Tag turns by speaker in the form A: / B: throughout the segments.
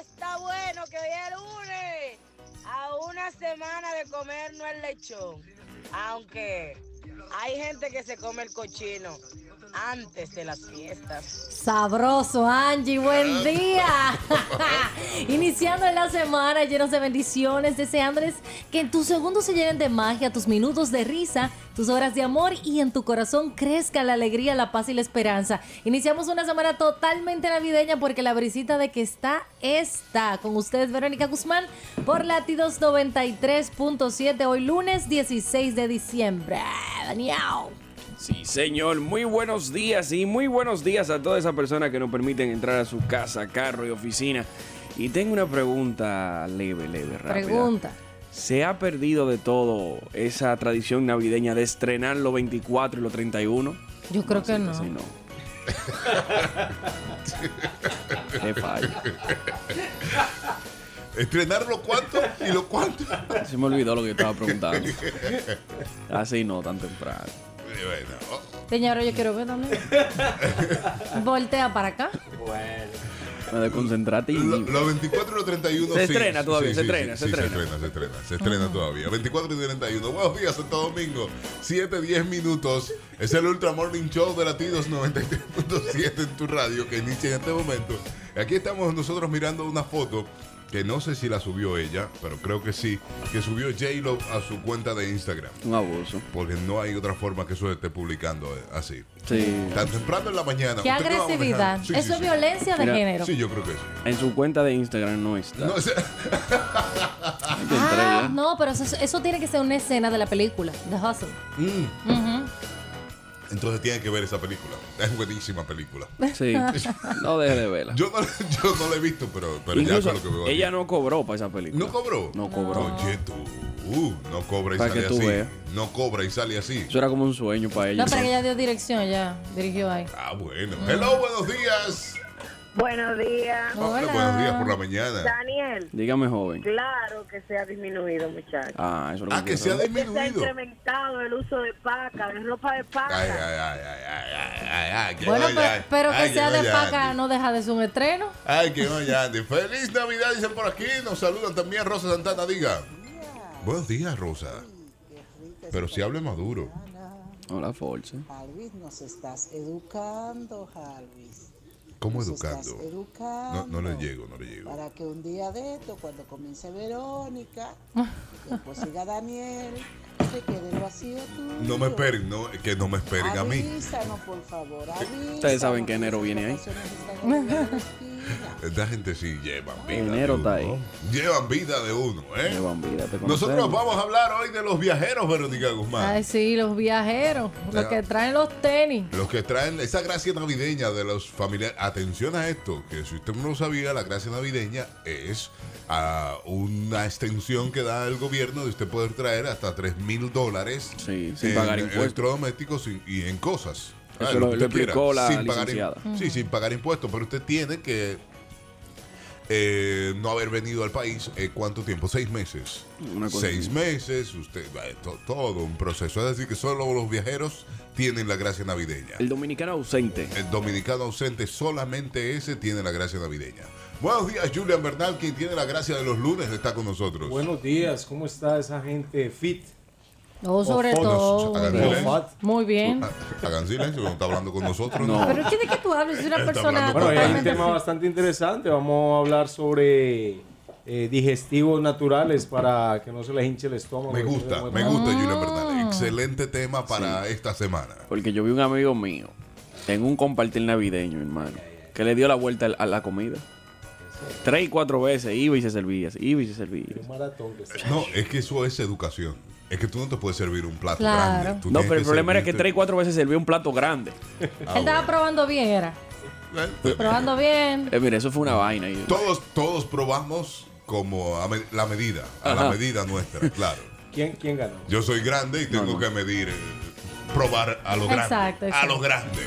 A: está bueno que hoy es lunes. A una semana de comer no el lechón. Aunque hay gente que se come el cochino antes de las fiestas.
B: Sabroso, Angie, buen día. Iniciando en la semana llenos de bendiciones, deseándoles que en tus segundos se llenen de magia, tus minutos de risa, tus horas de amor y en tu corazón crezca la alegría, la paz y la esperanza. Iniciamos una semana totalmente navideña porque la brisita de que está, está. Con ustedes, Verónica Guzmán, por Latidos 93.7, hoy lunes 16 de diciembre. Daniel.
C: Sí, señor. Muy buenos días y muy buenos días a toda esa persona que nos permiten entrar a su casa, carro y oficina. Y tengo una pregunta leve, leve, rápida.
B: Pregunta.
C: ¿Se ha perdido de todo esa tradición navideña de estrenar los 24 y los 31?
B: Yo creo que no.
C: Sí, no. Qué falla.
D: ¿Estrenar lo cuánto y lo cuánto?
C: Se me olvidó lo que estaba preguntando. Así no, tan temprano.
D: Eh, bueno, oh,
B: Señora, yo quiero ver también. Voltea para acá.
C: Me desconcentraste y...
D: lo- Los 24 y los
C: Se
D: 31 sí,
C: estrena
D: sí,
C: todavía,
D: sí,
C: se
D: sí,
C: estrena,
D: sí,
C: se
D: sí,
C: estrena.
D: se estrena, se estrena todavía. 24 y 31. Buenos días, Santo Domingo. 7, 10 minutos. Es el Ultra Morning Show de Latidos 93.7 en tu radio que inicia en este momento. Aquí estamos nosotros mirando una foto que no sé si la subió ella, pero creo que sí, que subió J-Lo a su cuenta de Instagram.
C: Un abuso.
D: Porque no hay otra forma que eso se esté publicando eh, así.
C: Sí.
D: Tan temprano en la mañana.
B: Qué
D: ¿usted va a manejar?
B: agresividad.
D: Sí, sí,
B: Eso es
D: sí.
B: violencia de
C: Mira,
B: género.
D: Sí, yo creo que sí.
C: En su cuenta de Instagram no está.
D: No, o sea,
C: Te entré,
B: Ah,
C: ¿eh?
B: no, pero eso, eso tiene que ser una escena de la película, The Hustle.
D: mm.
B: Ujú.
D: Entonces tienen que ver esa película. Es buenísima película.
C: Sí. No deje de verla.
D: Yo no, yo no la he visto, pero, pero ya
C: Incluso
D: con lo que veo. aquí.
C: ella no cobró para esa película.
D: ¿No cobró.
C: No cobró.
D: Oye, tú. uh, no cobra y
C: Para
D: sale
C: que tú
D: así.
C: veas.
D: No cobra y sale así.
C: Eso era como un sueño para ella.
B: No, pero que ella dio dirección, ya dirigió ahí.
D: Ah, bueno. Hello, buenos días.
E: Buenos días.
B: Hola.
D: Ah, buenos días por la mañana.
E: Daniel,
C: Dígame, joven.
E: claro que se ha disminuido, muchachos.
C: Ah, eso es lo
D: Ah, que se
C: quiero
D: ha
E: Se ha
D: disminuido. Ay,
E: incrementado el uso de paca, de ropa de
D: ay, ay,
E: paca.
D: ay, ay, ay, ay, ay, que
B: Bueno,
D: no
B: pero,
D: ya-
B: pero que
D: ay,
B: sea
D: no
B: de
D: ya-
B: paca no deja de ser un estreno.
D: Ay, que no, ya, Andy. Feliz Navidad, dicen por aquí. Nos saludan también Rosa Santana, diga. Buenos días, Rosa. Pero si hable maduro.
C: saber. No la force.
F: Jalvis, nos estás educando, Jalvis.
D: ¿Cómo
F: Nos
D: educando?
F: estás educando.
D: No, no le llego, no le llego.
F: Para que un día de esto, cuando comience Verónica, después siga Daniel, se quede el vacío tuyo.
D: No me esperen, no, que no me esperen a mí.
F: Avísanos, por favor,
C: Ustedes saben que
F: avísanos, esas
C: enero viene ahí.
F: vacaciones están en la esquina.
D: Esta gente sí llevan vida.
C: Enero
D: de
C: está
D: uno,
C: ahí.
D: ¿no? Llevan vida de uno, ¿eh?
C: Llevan vida, te
D: Nosotros
C: conocemos.
D: vamos a hablar hoy de los viajeros, Verónica Guzmán.
B: Ay, sí, los viajeros, los que traen los tenis.
D: Los que traen esa gracia navideña de los familiares. Atención a esto, que si usted no lo sabía, la gracia navideña es ah, una extensión que da el gobierno de usted poder traer hasta 3 mil dólares
C: Sí, sin
D: en
C: pagar impuestos.
D: electrodomésticos y, y en cosas.
C: Eso lo-
D: Ah, que
C: lo
D: usted quiera,
C: explicó la
D: pagar im-
C: licenciada.
D: sí, sin pagar impuestos, pero usted tiene que eh, no haber venido al país, eh, ¿cuánto tiempo? Seis meses.
C: Una cosa
D: Seis
C: así.
D: meses, usted, eh, to- todo un proceso. Es decir, que solo los viajeros tienen la gracia navideña.
C: El dominicano ausente.
D: El dominicano ausente, solamente ese tiene la gracia navideña. Buenos días, Julian Bernal, quien tiene la gracia de los lunes, está con nosotros.
G: Buenos días, ¿cómo está esa gente fit?
B: No, Oh, sobre
G: fotos,
B: todo.
D: hagan
B: muy bien.
G: silencio.
B: Muy bien.
D: Ah, Hagan silencio, no está hablando con nosotros.
C: No.
B: Pero es que de qué tú hablas, es una
D: Está
B: persona
D: hablando
G: Bueno, hay un
B: totalmente-
G: tema bastante interesante. Vamos a hablar sobre eh, digestivos naturales para que no se les hinche el estómago.
D: Me gusta, me gusta Julian Bernal. Excelente tema para esta semana.
C: Porque yo vi un amigo mío en un compartir navideño, hermano, que le dio la vuelta al- a la comida. Tres y cuatro veces iba y se servía, iba y se servía.
G: Un maratón que está.
D: No, es que eso es educación. Es que tú no te puedes servir un plato
B: Claro.
D: grande. Tú
C: No,
D: tienes
C: pero el problema era que tres y
D: servirte-
C: cuatro veces servía un plato grande.
D: Ah,
B: Él estaba
D: bueno.
B: probando bien, era. Probando bien.
C: Eh, mira, eso fue una vaina. y-
D: Todos, todos probamos como a me- la medida, a la
C: Ajá.
D: medida nuestra, claro.
G: ¿Quién, quién ganó?
D: Yo soy grande y tengo
C: no.
D: que medir, eh, probar a lo grande. Ah,
B: Exacto,
D: A
B: exacto.
D: lo grande.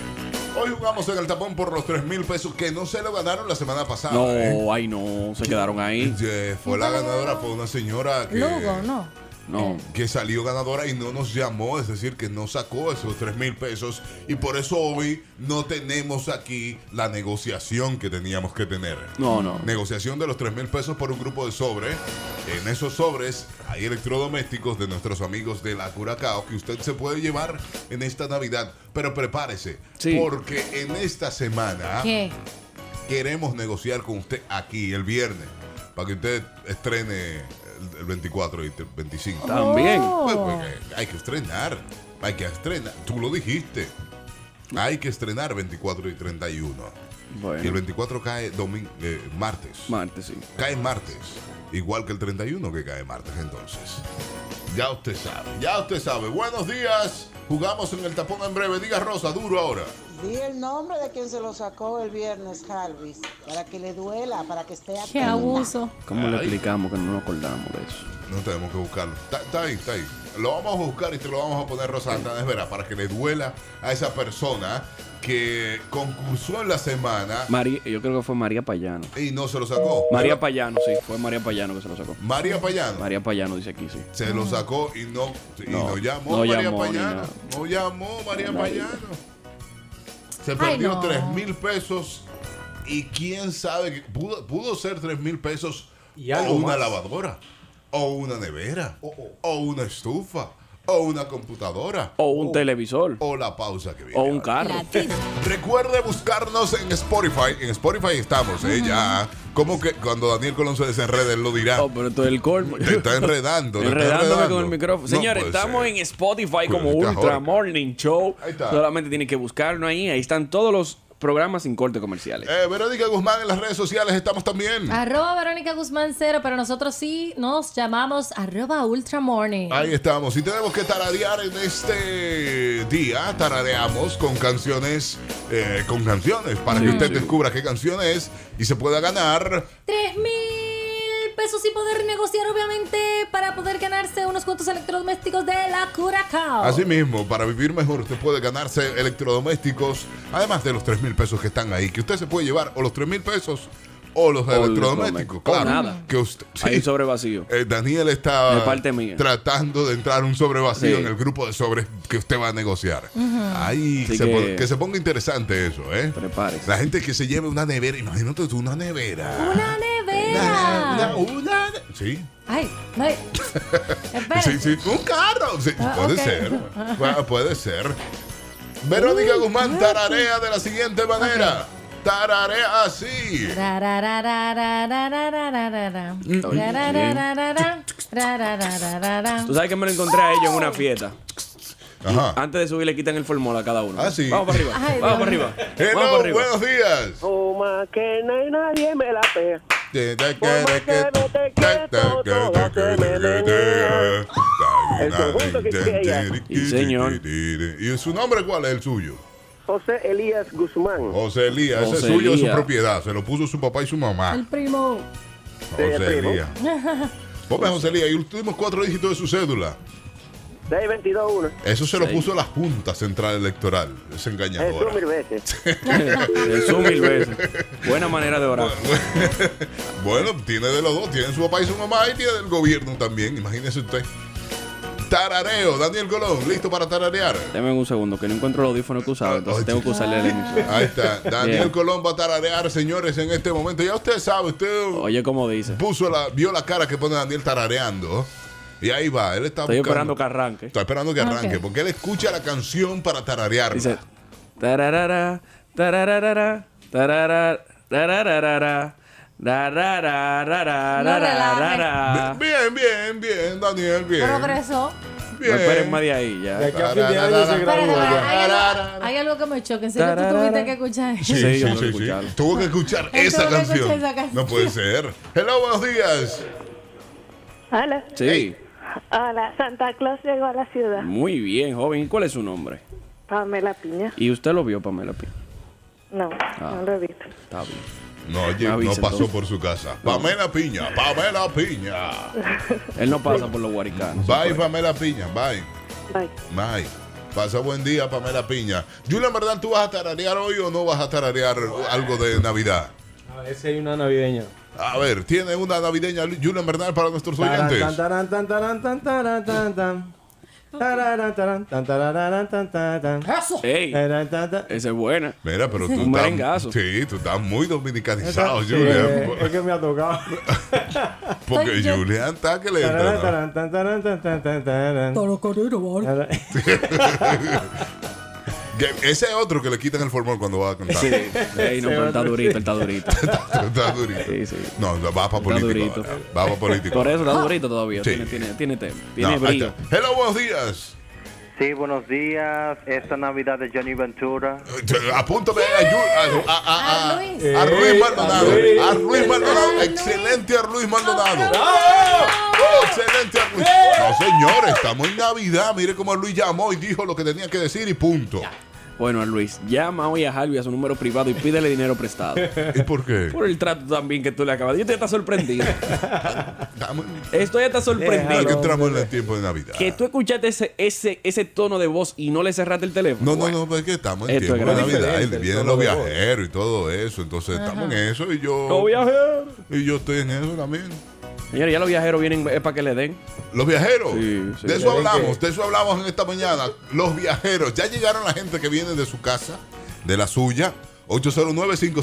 D: Hoy jugamos en el tapón por los 3 mil pesos que no se lo ganaron la semana pasada. ¿eh?
C: No, ay no, se quedaron ahí.
D: Eh, Fue la ganadora, fue una señora que...
B: Lugo, no.
C: No.
D: que salió ganadora y no nos llamó, es decir, que no sacó esos 3 mil pesos y por eso hoy no tenemos aquí la negociación que teníamos que tener.
C: No, no.
D: Negociación de los 3 mil pesos por un grupo de sobres. En esos sobres hay electrodomésticos de nuestros amigos de la Curacao que usted se puede llevar en esta Navidad. Pero prepárese,
C: Sí.
D: porque en esta semana
B: ¿Qué?
D: queremos negociar con usted aquí el viernes para que usted estrene el- el 24 y el 25.
C: También.
D: Pues, pues, eh, hay que estrenar. Hay que estrenar. Tú lo dijiste. Hay que estrenar 24 y 31. Y el
C: Bueno,
D: 24 cae domingo, martes.
C: martes sí.
D: Cae martes. Igual que el 31 que cae martes entonces. Ya usted sabe, ya usted sabe. Buenos días. Jugamos en el tapón en breve. Diga Rosa, duro ahora.
F: Di el nombre de quien se lo sacó el viernes, Jarvis, para que le duela, para que esté
B: Qué
F: atenta.
B: abuso.
C: ¿Cómo le
D: Ay.
C: explicamos que no nos acordamos de eso?
D: No tenemos que buscarlo. Está, está ahí, está ahí. Lo vamos a buscar y te lo vamos a poner, Rosa Antanes Vera, para que le duela a esa persona que concursó en la semana
C: María, yo creo que fue María Payano.
D: y no se lo sacó.
C: María Payano, sí, fue María Payano que se lo sacó.
D: María Payano
C: María Payano dice aquí, sí.
D: se lo sacó y no, y
C: No,
D: no, llamó
C: no
D: María
C: llamó ni
D: Payano.
C: nada.
D: No llamó María
C: Nadie.
D: Payano. Se perdió
B: no.
D: tres mil pesos y quién sabe, que pudo, pudo ser tres mil pesos
G: Y
D: o
G: algo
D: una
G: más. Oh,
D: lavadora, o una nevera, o una estufa, o una computadora.
C: O un televisor.
D: o la pausa que viene.
C: O un carro.
D: Recuerde buscarnos en Spotify. En Spotify estamos, ¿eh? Ya. Como que cuando Daniel Colón se desenrede, él lo dirá.
C: Oh, pero todo el colmo.
D: Te está enredando. te está
C: Enredándome
D: enredando.
C: con el micrófono.
D: No
C: Señores,
D: puede
C: estamos
D: ser.
C: en Spotify como
D: Cuidado,
C: Ultra
D: ahora.
C: Morning Show.
D: Ahí está.
C: Solamente tienen que buscarnos ahí. Ahí están todos los programas sin corte comerciales.
D: Eh, Verónica Guzmán en las redes sociales estamos también.
B: Arroba Verónica Guzmán Cero, pero nosotros sí nos llamamos arroba Ultra Morning.
D: Ahí estamos. Y tenemos que taradear en este día. Taradeamos con canciones, eh, con canciones, para que usted
C: sí.
D: descubra qué canción es y se pueda ganar.
B: Tres mil pesos y poder negociar, obviamente, para poder ganarse unos cuantos electrodomésticos de la Curacao.
D: Así mismo, para vivir mejor, usted puede ganarse electrodomésticos, además de los 3 mil pesos que están ahí, que usted se puede llevar o los 3 mil pesos o los
C: electrodomésticos,
D: electrodomésticos.
C: o
D: Claro,
C: nada.
D: Que usted,
C: Hay
D: sí.
C: un sobre vacío.
D: Eh, Daniel está
C: De parte mía.
D: tratando de entrar un sobre vacío
C: Sí.
D: en el grupo de sobres que usted va a negociar. Ay,
C: Así
D: se
C: que-
D: pon- que... se ponga interesante eso, ¿eh?
C: Prepárese.
D: La gente que se lleve una nevera, imagínate tú una nevera.
B: ¡Una nevera!
D: Una- una- una- sí.
B: ¡Ay! no hay- Espera.
D: Sí, sí, un carro. Sí,
B: Ah,
D: puede
B: ok.
D: ser. Pu- puede ser. Verónica Guzmán tararea de la siguiente manera. Tararea así.
B: Rararararararararara. Rararararara. Rararararara.
C: Tú sabes que me lo encontré a ellos en una fiesta.
D: Ajá.
C: Antes de subir le quitan el formol a cada uno.
D: Ah, sí.
C: Vamos para arriba.
B: Ay,
C: Vamos para
B: Dios
C: arriba. Vamos para
D: Hello,
C: arriba.
D: buenos días.
E: Toma, que no hay nadie me la pega.
C: Sí, señor.
D: ¿Y su nombre cuál es el suyo?
E: José Elías Guzmán.
C: Oh.
D: José Elías, ese es
C: José
D: suyo, es su
C: Elías.
D: propiedad, se lo puso su papá y su mamá.
B: El primo.
D: José Elías. Ponme a José Elías, y los últimos cuatro dígitos de su cédula.
E: 622-1.
D: Eso se lo
C: Sí.
D: puso la Junta Central Electoral. Es
E: Eso mil
D: engañadora.
E: veces.
C: Eso mil veces. Buena manera de orar.
D: Bueno, tiene de los dos, tiene su papá y su mamá y tiene del gobierno también, imagínese usted. Tarareo, Daniel Colón, listo para tararear.
C: Deme un segundo, que no encuentro el audífono que usaba, entonces
D: Ay,
C: tengo que usarle el emisor.
D: Ahí está. Daniel
C: Bien.
D: Colón va a tararear, señores, en este momento. Ya usted sabe, usted
C: Oye, como dice.
D: puso la, vio la cara que pone Daniel tarareando. Y ahí va, él está
C: Estoy
D: buscando-
C: esperando que arranque.
D: Está esperando que arranque,
B: Ok.
D: porque él escucha la canción para tararear.
C: Dice. Tararara, tararara, tararara, tararara, tararara, tararara.
D: Bien, bien, bien, Daniel, bien.
B: Progresó.
C: No
D: bien.
C: esperen más de ahí
G: De
C: ya.
G: aquí a fin de año se
B: Espera,
G: gradúa
B: espera,
G: ya.
B: Hay algo, hay algo que me choca. En serio, tú tuviste que escuchar eso.
D: Sí,
C: Sí, yo
D: sí, sí,
C: tengo que
D: sí.
C: escucharlo.
D: Tuvo que escuchar esa
B: tengo que
D: canción.
B: escuchar esa canción.
D: No puede ser. Hello, buenos días.
E: Hola.
C: Sí,
E: Hola, Santa Claus llegó a la ciudad.
C: muy bien, joven. ¿Y ¿Cuál es su nombre?
E: Pamela Piña.
C: Y usted lo vio, Pamela Pi.
E: No,
C: Ah.
E: no lo he visto.
C: Está bien.
D: No, oye, no
C: Avisa,
D: pasó
C: entonces.
D: por su casa. Pamela Piña, Pamela Piña.
C: Él no pasa por los guaricanos.
D: Bye, Pamela Piña, bye.
E: Bye.
D: May, pasa buen día, Pamela Piña. Julian, ¿verdad tú vas a tararear hoy o no vas a tararear algo de Navidad?
G: A ver si hay una navideña.
D: A ver, tiene una navideña Julian Bernal para nuestros oyentes.
G: Taran, taran, tan, taran, tan, taran, tan, tan. Tararán, taran, tan, tararán, tan, tan, tan.
C: Ey,
G: Tararán, tan, tan.
C: esa es buena.
D: Mira, pero tú
C: Un merengazo.
D: estás, sí, tú estás muy dominicanizado,
G: Sí,
D: Julian.
G: eh, es que me ha tocado.
D: Porque
B: Estoy yo-
D: Julian está que le
G: Tararán,
D: entra. ¿no?
G: taran, tan, taran, tan, tan, tan, taran. Tararán.
D: Que Ese es otro que le quitan el formol cuando va a cantar.
C: Sí, ey, no, pero está durito, está durito.
D: Está durito.
C: Sí, sí.
D: No, va para político.
C: durito.
D: Va para político.
C: Por eso está durito todavía.
D: Sí.
C: Tiene, tiene, tiene tema.
D: No,
C: Tiene
D: ahí
C: brillo.
D: está. Hello, buenos días.
H: Sí, buenos días. Esta Navidad de Johnny Ventura.
D: Eh, Apúntame a, Yu- a, a, a, a,
B: A Luis.
D: a Ruiz
G: Eh,
D: Maldonado.
G: a Luis.
D: A Ruiz Maldonado.
B: Luis.
D: Excelente a Ruiz Maldonado.
G: ¡Bravo!
D: Excelente a Luis. No, señores, estamos en Navidad. Mire cómo Luis llamó y dijo lo que tenía que decir y punto.
C: Bueno, a Luis, llama hoy a Harvey a su número privado y pídele dinero prestado.
D: ¿Y por qué?
C: Por el trato también que tú le acabas. Yo te está sorprendido.
D: Estamos-
C: Estoy hasta
D: Claro
C: sorprendido.
D: que entramos en el tiempo de Navidad.
C: Que tú escuchaste ese, ese, ese tono de voz y no le cerraste el teléfono.
D: No, no, no, pero es que estamos en
C: Esto es
D: tiempo de
C: grave.
D: Navidad.
G: Diferente,
D: y
G: el
D: Vienen
G: tono
D: los
G: de voz.
D: viajeros y todo eso. Entonces estamos en eso y yo.
C: Los viajeros.
D: Y yo estoy en eso también.
C: Señores, ya los viajeros vienen eh, para que le den.
D: Los viajeros.
C: Sí, sí.
D: de eso hablamos, de eso hablamos en esta mañana. Los viajeros. Ya llegaron la gente que viene de su casa, de la suya.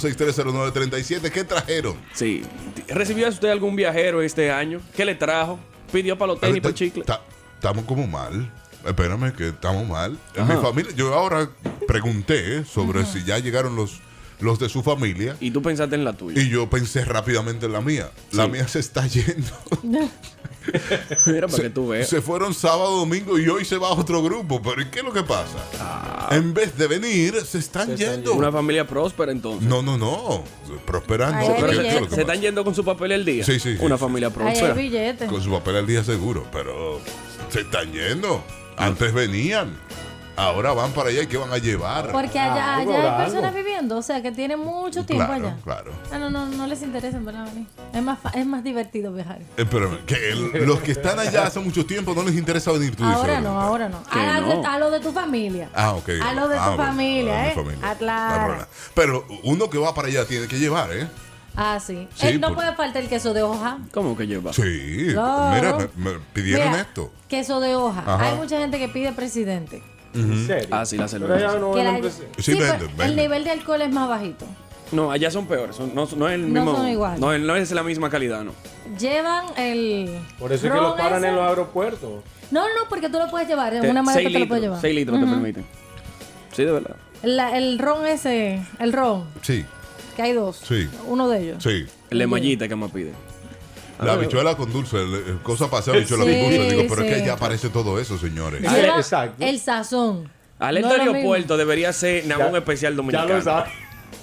D: 809-56309-37. ¿Qué trajeron?
C: Sí. ¿Recibió usted algún viajero este año? ¿Qué le trajo? ¿Pidió para los tenis y para el chicle?
D: Ta- Estamos como mal. Espérame, que estamos mal. En
C: Ajá.
D: mi familia, yo ahora pregunté sobre si ya llegaron los, los de su familia.
C: Y tú pensaste en la tuya.
D: Y yo pensé rápidamente en la mía. La
C: Sí.
D: mía se está yendo.
C: Mira, para que tú veas.
D: Se fueron sábado, domingo y hoy se va a otro grupo. Pero ¿y qué es lo que pasa?
C: Ah.
D: En vez de venir, se están yendo.
C: Una familia próspera, entonces.
D: No, no, no. Prosperando.
B: Ay,
D: ¿Qué-
C: Pero
D: qué
B: billete.
D: es
C: se,
D: lo que
C: se
D: pasa?
C: están yendo con su papel el día.
D: Sí, sí, sí,
C: Una
D: sí.
C: familia
B: Ahí hay
C: próspera.
B: billete.
D: Con su papel al día seguro, pero se están yendo. Antes venían. Ahora van para allá y ¿qué van a llevar?
B: Porque
G: Ah,
B: allá, allá
G: cobrando.
B: hay personas viviendo, o sea, que tienen mucho tiempo
D: Claro,
B: allá.
D: claro.
B: Ah, no, no, no les interesa, en verdad, a mí. Es más, fa- es más divertido viajar.
D: Espérame, Eh, que el- los que están allá hace mucho tiempo no les interesa venir tú dices,
B: Ahora
D: ¿verdad?
B: no, ahora no.
C: Que
B: A,
C: no.
B: los lo de tu familia.
D: Ah, ok.
B: A lo de
D: Ah,
B: tu
D: bueno, a
B: familia,
D: mi
B: ¿eh?
D: familia.
B: Ah, claro.
D: Ah, Pero uno que va para allá tiene que llevar, ¿eh?
B: Ah, sí.
D: Sí,
B: Él no
D: por-
B: puede faltar el queso de hoja.
C: ¿Cómo que lleva?
D: Sí.
B: Claro.
D: Mira, me, me pidieron ¿eh?
B: Mira,
D: esto.
B: Queso de hoja.
D: Ajá.
B: Hay mucha gente que pide presidente.
G: ¿En serio?
C: Ah, sí, la
G: Pero allá
C: cerveza.
G: no
B: Que la- pues,
G: venden presi-
D: Sí,
B: pero
D: venden, venden.
B: El nivel de alcohol es más bajito.
C: No, allá son peores. son- no, no es el
B: No
C: mismo.
B: son iguales.
C: no es- no es la misma calidad, no.
B: Llevan el.
G: Por eso es que
B: ron
G: los paran
B: ese.
G: en los aeropuertos.
B: No, no, porque tú lo puedes llevar. En
C: Te-
B: una maleta
C: seis
B: te lo
C: litros,
B: puedes llevar.
C: seis litros te permiten. Sí, de verdad.
B: La- el ron ese. El ron.
D: Sí,
B: Que hay dos.
D: Sí.
B: Uno de ellos.
D: sí.
C: El de mallita que más pide. Ah,
D: La habichuela con dulce, el- el cosa pasa habichuela
B: Sí,
D: con dulce. Digo, pero es
B: sí.
D: que ya aparece todo eso, señores.
G: Ah,
B: Lleva
G: exacto.
B: el sazón.
C: Alerta
B: No es lo
C: aeropuerto debería ser Nabón especial dominicano.
G: Ya lo sabes.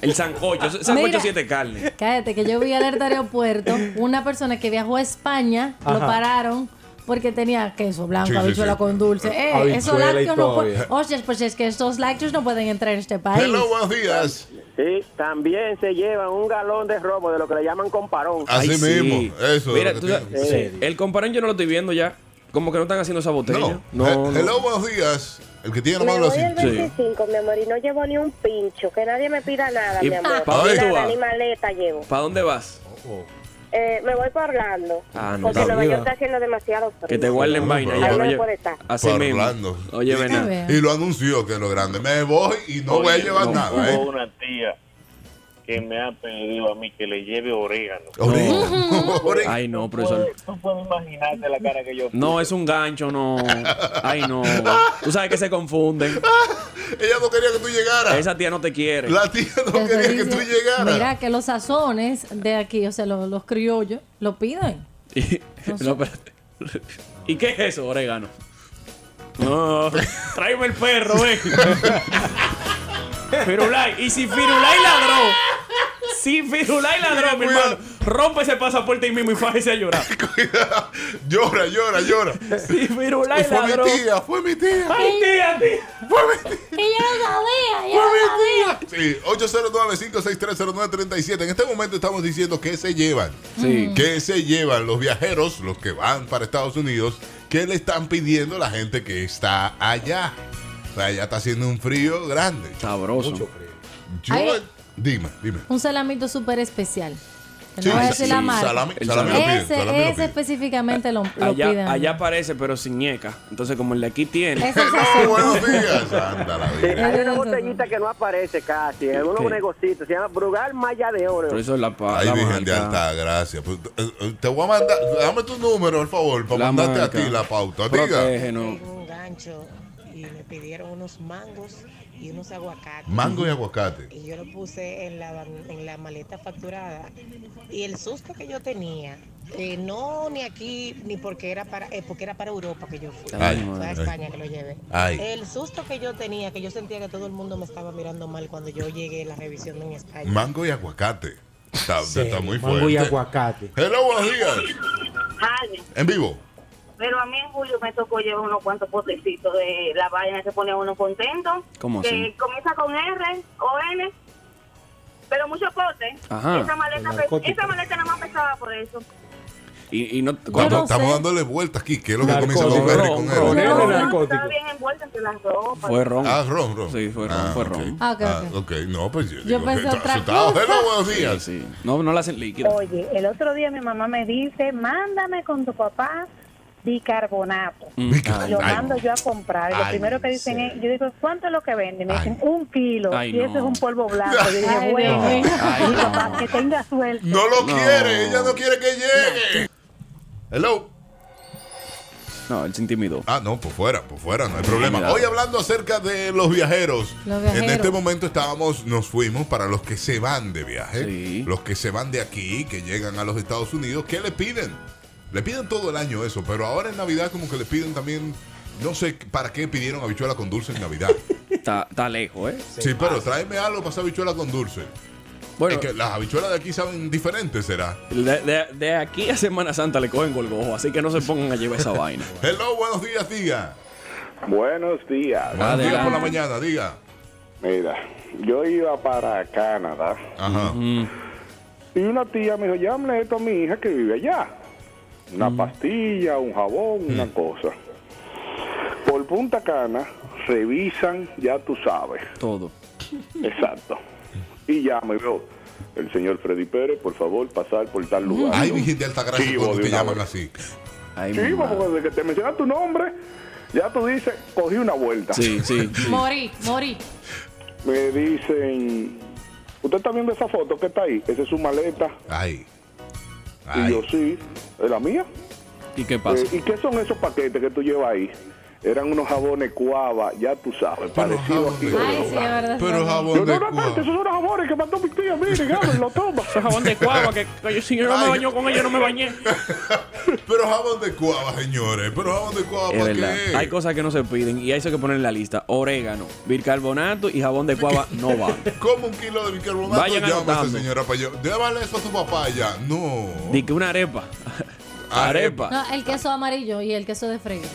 C: El sancocho, sancocho
B: Ah, Mira.
C: siete carnes.
B: Cállate, que yo vi alerta aeropuerto una persona que viajó a España, lo
G: Ajá.
B: pararon porque tenía queso blanco,
D: Sí, sí,
B: habichuela
D: sí.
B: con dulce. Eh, esos
G: Habichuela y
B: lácteos no
G: todo,
B: pueden.
G: ya.
B: Oye, pues es que estos lácteos no pueden entrar en este país.
D: Hello, buenos días.
I: Sí, también se llevan un galón de robo, de lo que le llaman comparón.
D: Así
C: Ay, sí.
D: mismo. Eso.
C: Mira,
D: es lo
C: tú
D: que
C: sabes,
D: tiene.
C: sí, el comparón yo no lo estoy viendo ya. Como que no están haciendo esa botella.
D: No.
C: No,
D: He-
C: no.
D: Hello, buenos días. El que tiene la
J: Me
D: mano
J: voy
D: así.
J: el
C: Sí.
J: 25, mi amor, y no llevo ni un pincho. Que nadie me pida nada,
C: ¿Y
J: mi amor.
C: pa' dónde tú
J: nada,
C: vas?
J: ni maleta llevo.
C: ¿Para dónde vas?
D: Oh.
J: Eh, me voy para Orlando.
C: Ah, no,
J: porque
C: está
J: Nueva
G: bien.
J: York está haciendo demasiado frío.
C: Que te guarden
D: No,
C: vaina.
D: pero-
C: ya,
J: Ahí no
C: oye,
J: puede estar.
C: así
D: Para
C: mismo.
D: Orlando.
C: Oye,
D: Y-
C: ven. acá.
B: bien.
D: Y lo anunció que es lo grande. Me voy y no voy a llevar
C: no.
D: nada,
K: Hubo
D: ¿eh?
K: una tía que me ha pedido a mí que le lleve orégano.
D: Orégano. Orégano.
C: Ay, no, profesor.
K: Tú puedes imaginarte la cara que yo
C: No, es un gancho, no. Ay, no. Tú sabes que se confunden.
D: Ella no quería que tú llegaras.
C: Esa tía no te quiere.
D: La tía no
B: Te estoy
D: quería que tú
B: diciendo,
D: llegaras.
B: Mira, que los sazones de aquí, o sea, los, los criollos, lo piden.
C: Y, no, espérate. ¿Y qué es eso, orégano? No, tráeme el perro, ven. Firulai, y si Firulai ladró, si Firulai ladró, mi
D: Cuidado.
C: hermano, rompe ese pasaporte y mismo y fájese a llorar.
D: Cuidado. llora, llora, llora.
C: Si Firulai
D: Fue
C: ladró.
D: mi tía, fue mi tía.
C: Ay, tía, tía.
D: Fue mi tía.
B: Que yo no sabía, yo no sabía.
D: Sí, 809-56309-37. En este momento estamos diciendo que se llevan.
C: Sí.
D: Que se llevan los viajeros, los que van para Estados Unidos, que le están pidiendo a la gente que está allá. O sea, allá está haciendo un frío grande.
C: Sabroso.
D: Yo-
B: Ay.
D: dime, dime.
B: Un salamito súper especial. no voy a decir la
C: sí,
B: marca.
C: salami- salami lo pide,
B: ese
C: salami lo
B: ese
C: pide.
B: específicamente lo, lo piden.
C: Allá, allá aparece, pero sin ñeca. Entonces, como el de aquí tiene.
B: Ese es No,
I: azul.
D: buenos días. Anda la vida.
I: Hay una botellita que no aparece casi, en unos
D: ¿Qué?
I: negocios, se llama Brugal Maya de Oro.
C: Pero eso es la pa-
D: Ay,
C: la
D: Virgen
C: marca.
D: de Alta Gracia. Pues, eh, eh, te voy a mandar, dame tu número, por favor, para
C: La
D: mandarte
C: marca.
D: a ti la pauta.
C: Protégenos.
D: Diga.
L: un gancho y me pidieron unos mangos y unos aguacates.
D: Mango y aguacate.
L: Y yo lo puse en la, en la maleta facturada. Y el susto que yo tenía, eh, no ni aquí, ni porque era para eh, porque era para Europa que yo fui.
D: Ay,
L: Fue a
D: ay.
L: España que lo llevé.
D: Ay.
L: El susto que yo tenía, que yo sentía que todo el mundo me estaba mirando mal cuando yo llegué a la revisión en España.
D: Mango y aguacate. Está, está muy fuerte.
G: Mango y aguacate.
D: Hello, buenos días. En vivo.
M: Pero a mí en julio me tocó llevar unos cuantos potecitos de la vaina que pone uno contento.
C: ¿Cómo
M: que
C: así?
M: comienza con R o N, pero muchos potes.
C: Ajá.
M: Esa maleta,
C: El
M: pe-
C: narcótico.
M: esa maleta nada más pesaba por eso.
C: Y, y no,
D: Cuando estamos dándole vueltas aquí, ¿qué es lo que comienza
C: Narcótico.
D: con R
C: Ron,
D: con
C: ron,
D: R?
C: ron, ron,
M: Estaba bien envuelta entre las ropas.
C: Fue ron.
D: Ah, ron, ron.
C: Sí, fue ron,
D: Ah,
C: fue
D: ok.
C: ron.
M: Ah, ok,
D: ok, no, pues yo.
M: Yo
D: digo,
M: pensé
D: está
M: otra
D: asustado.
M: cosa.
D: Hello, buenos días.
C: Sí, sí. No, no la hacen líquida.
J: Oye, el otro día mi mamá me dice, mándame con tu papá bicarbonato.
C: Mm.
J: Y Lo
C: Ay,
J: mando yo a comprar. Y Lo
C: Ay,
J: primero que dicen es, yo digo, ¿cuánto es lo que venden? Me dicen, un kilo.
C: Ay,
J: y eso
C: no.
J: es un polvo blanco. Yo dije,
C: Ay,
J: bueno,
C: Dios mío. Ay,
J: mi
C: no.
J: papá, que tenga suerte.
D: No lo
C: No.
D: quiere, ella no quiere que llegue. Hello.
C: No, él se intimidó.
D: Ah, no, por fuera, por fuera, no hay problema.
C: Cuidado.
D: Hoy hablando acerca de los viajeros.
B: Los viajeros.
D: En este momento estábamos, nos fuimos para los que se van de viaje. Los que se van de aquí, que llegan a los Estados Unidos, ¿qué le piden? Le piden todo el año eso, pero ahora en Navidad como que le piden también, no sé para qué pidieron habichuela con dulce en Navidad.
C: Está, está lejos, ¿eh?
D: Sí, pero tráeme algo para esa habichuela con dulce. Bueno, es que las habichuelas de aquí saben diferentes, ¿será?
C: De, de- de aquí a Semana Santa le cogen golgojo, así que no se pongan a llevar esa vaina.
D: Hello, buenos días, diga.
K: Buenos días.
D: Buenos días por la mañana, diga.
K: Mira, yo iba para Canadá.
D: Ajá.
C: Mm.
K: Y una tía me dijo, llámale esto a mi hija que vive allá. Una
C: Mm.
K: pastilla, un jabón, una cosa. Por Punta Cana revisan, ya tú sabes.
C: Todo.
K: Exacto. Y ya me veo. El señor Freddy Pérez, por favor, pasar por tal lugar.
D: Ay, Virgen de Altagracia,
K: Chivo
C: pues.
D: cuando
K: de
D: te
K: una
D: llaman
K: vez.
D: así.
K: Sí, porque desde que te menciona tu nombre, ya tú dices, cogí una vuelta.
C: Sí, sí.
B: Morí, morí.
K: Me dicen, ¿usted está viendo esa foto que está ahí? Esa es su maleta.
D: Ay.
K: Y yo, sí, es la mía.
C: ¿Y qué pasa?
K: Eh, ¿Y qué son esos paquetes que tú llevas ahí? Eran unos jabones cuava, ya tú sabes, parecidos aquí.
B: Ay, sí, es verdad.
D: Pero jabón
K: Yo,
D: de
K: no, no, espérate, esos son los jabones que mandó mi tía, miren, ábrelo, lo toma.
C: jabón de cuava, que, si yo no me baño con ella, no me bañé.
D: Pero jabón de cuava, señores. Pero jabón de cuava,
C: Es
D: ¿para
C: verdad. Hay
D: qué?
C: cosas que no se piden y hay eso que poner en la lista. Orégano, bicarbonato y jabón de cuava no van.
D: Como un kilo de bicarbonato.
C: Vayan
D: Llámese,
C: anotando.
D: señora, para yo. Llévale eso a tu papá ya. No.
C: Di que una arepa. Arepa.
B: No, el queso amarillo y el queso de freír.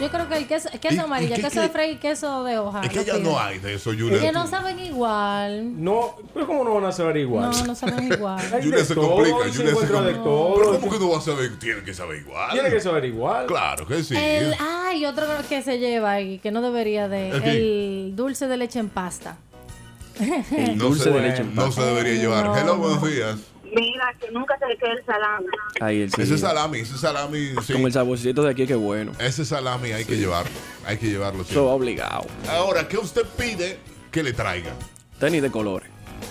B: Yo creo que el queso, el
D: ¿Y-
B: queso
D: y
B: amarillo,
D: qué-
B: el queso
D: qué-
B: de freír y queso de hoja.
D: Es que
B: Ah, lo
D: ya
B: piden.
D: no hay de eso,
B: Es que
D: Julia.
B: no saben igual.
G: No, pero ¿cómo no van a saber igual?
B: No, no saben igual.
D: Julia
G: de
D: se
G: todo,
D: complica.
G: se
D: Julia se
G: encuentra de
D: complica.
G: todo.
D: Pero ¿cómo que tú vas a saber? Tiene que saber igual.
G: Tiene que saber igual.
D: Claro que sí.
B: El, ay, otro que se lleva y que no debería de.
D: ¿El qué?
B: El dulce de leche en pasta.
C: El
D: No
C: dulce
D: se,
C: de leche en
D: no se debería llevar.
B: No.
D: Hello, buenos días.
M: Mira, que nunca se le quede el salame.
C: Ahí el
D: Ese salami, ese salami, sí.
C: Con el saborcito de aquí, que bueno.
D: Ese salami hay que llevarlo. Hay que llevarlo, sí.
C: Eso va obligado.
D: Ahora, ¿qué usted pide que le traiga?
C: Tenis de colores.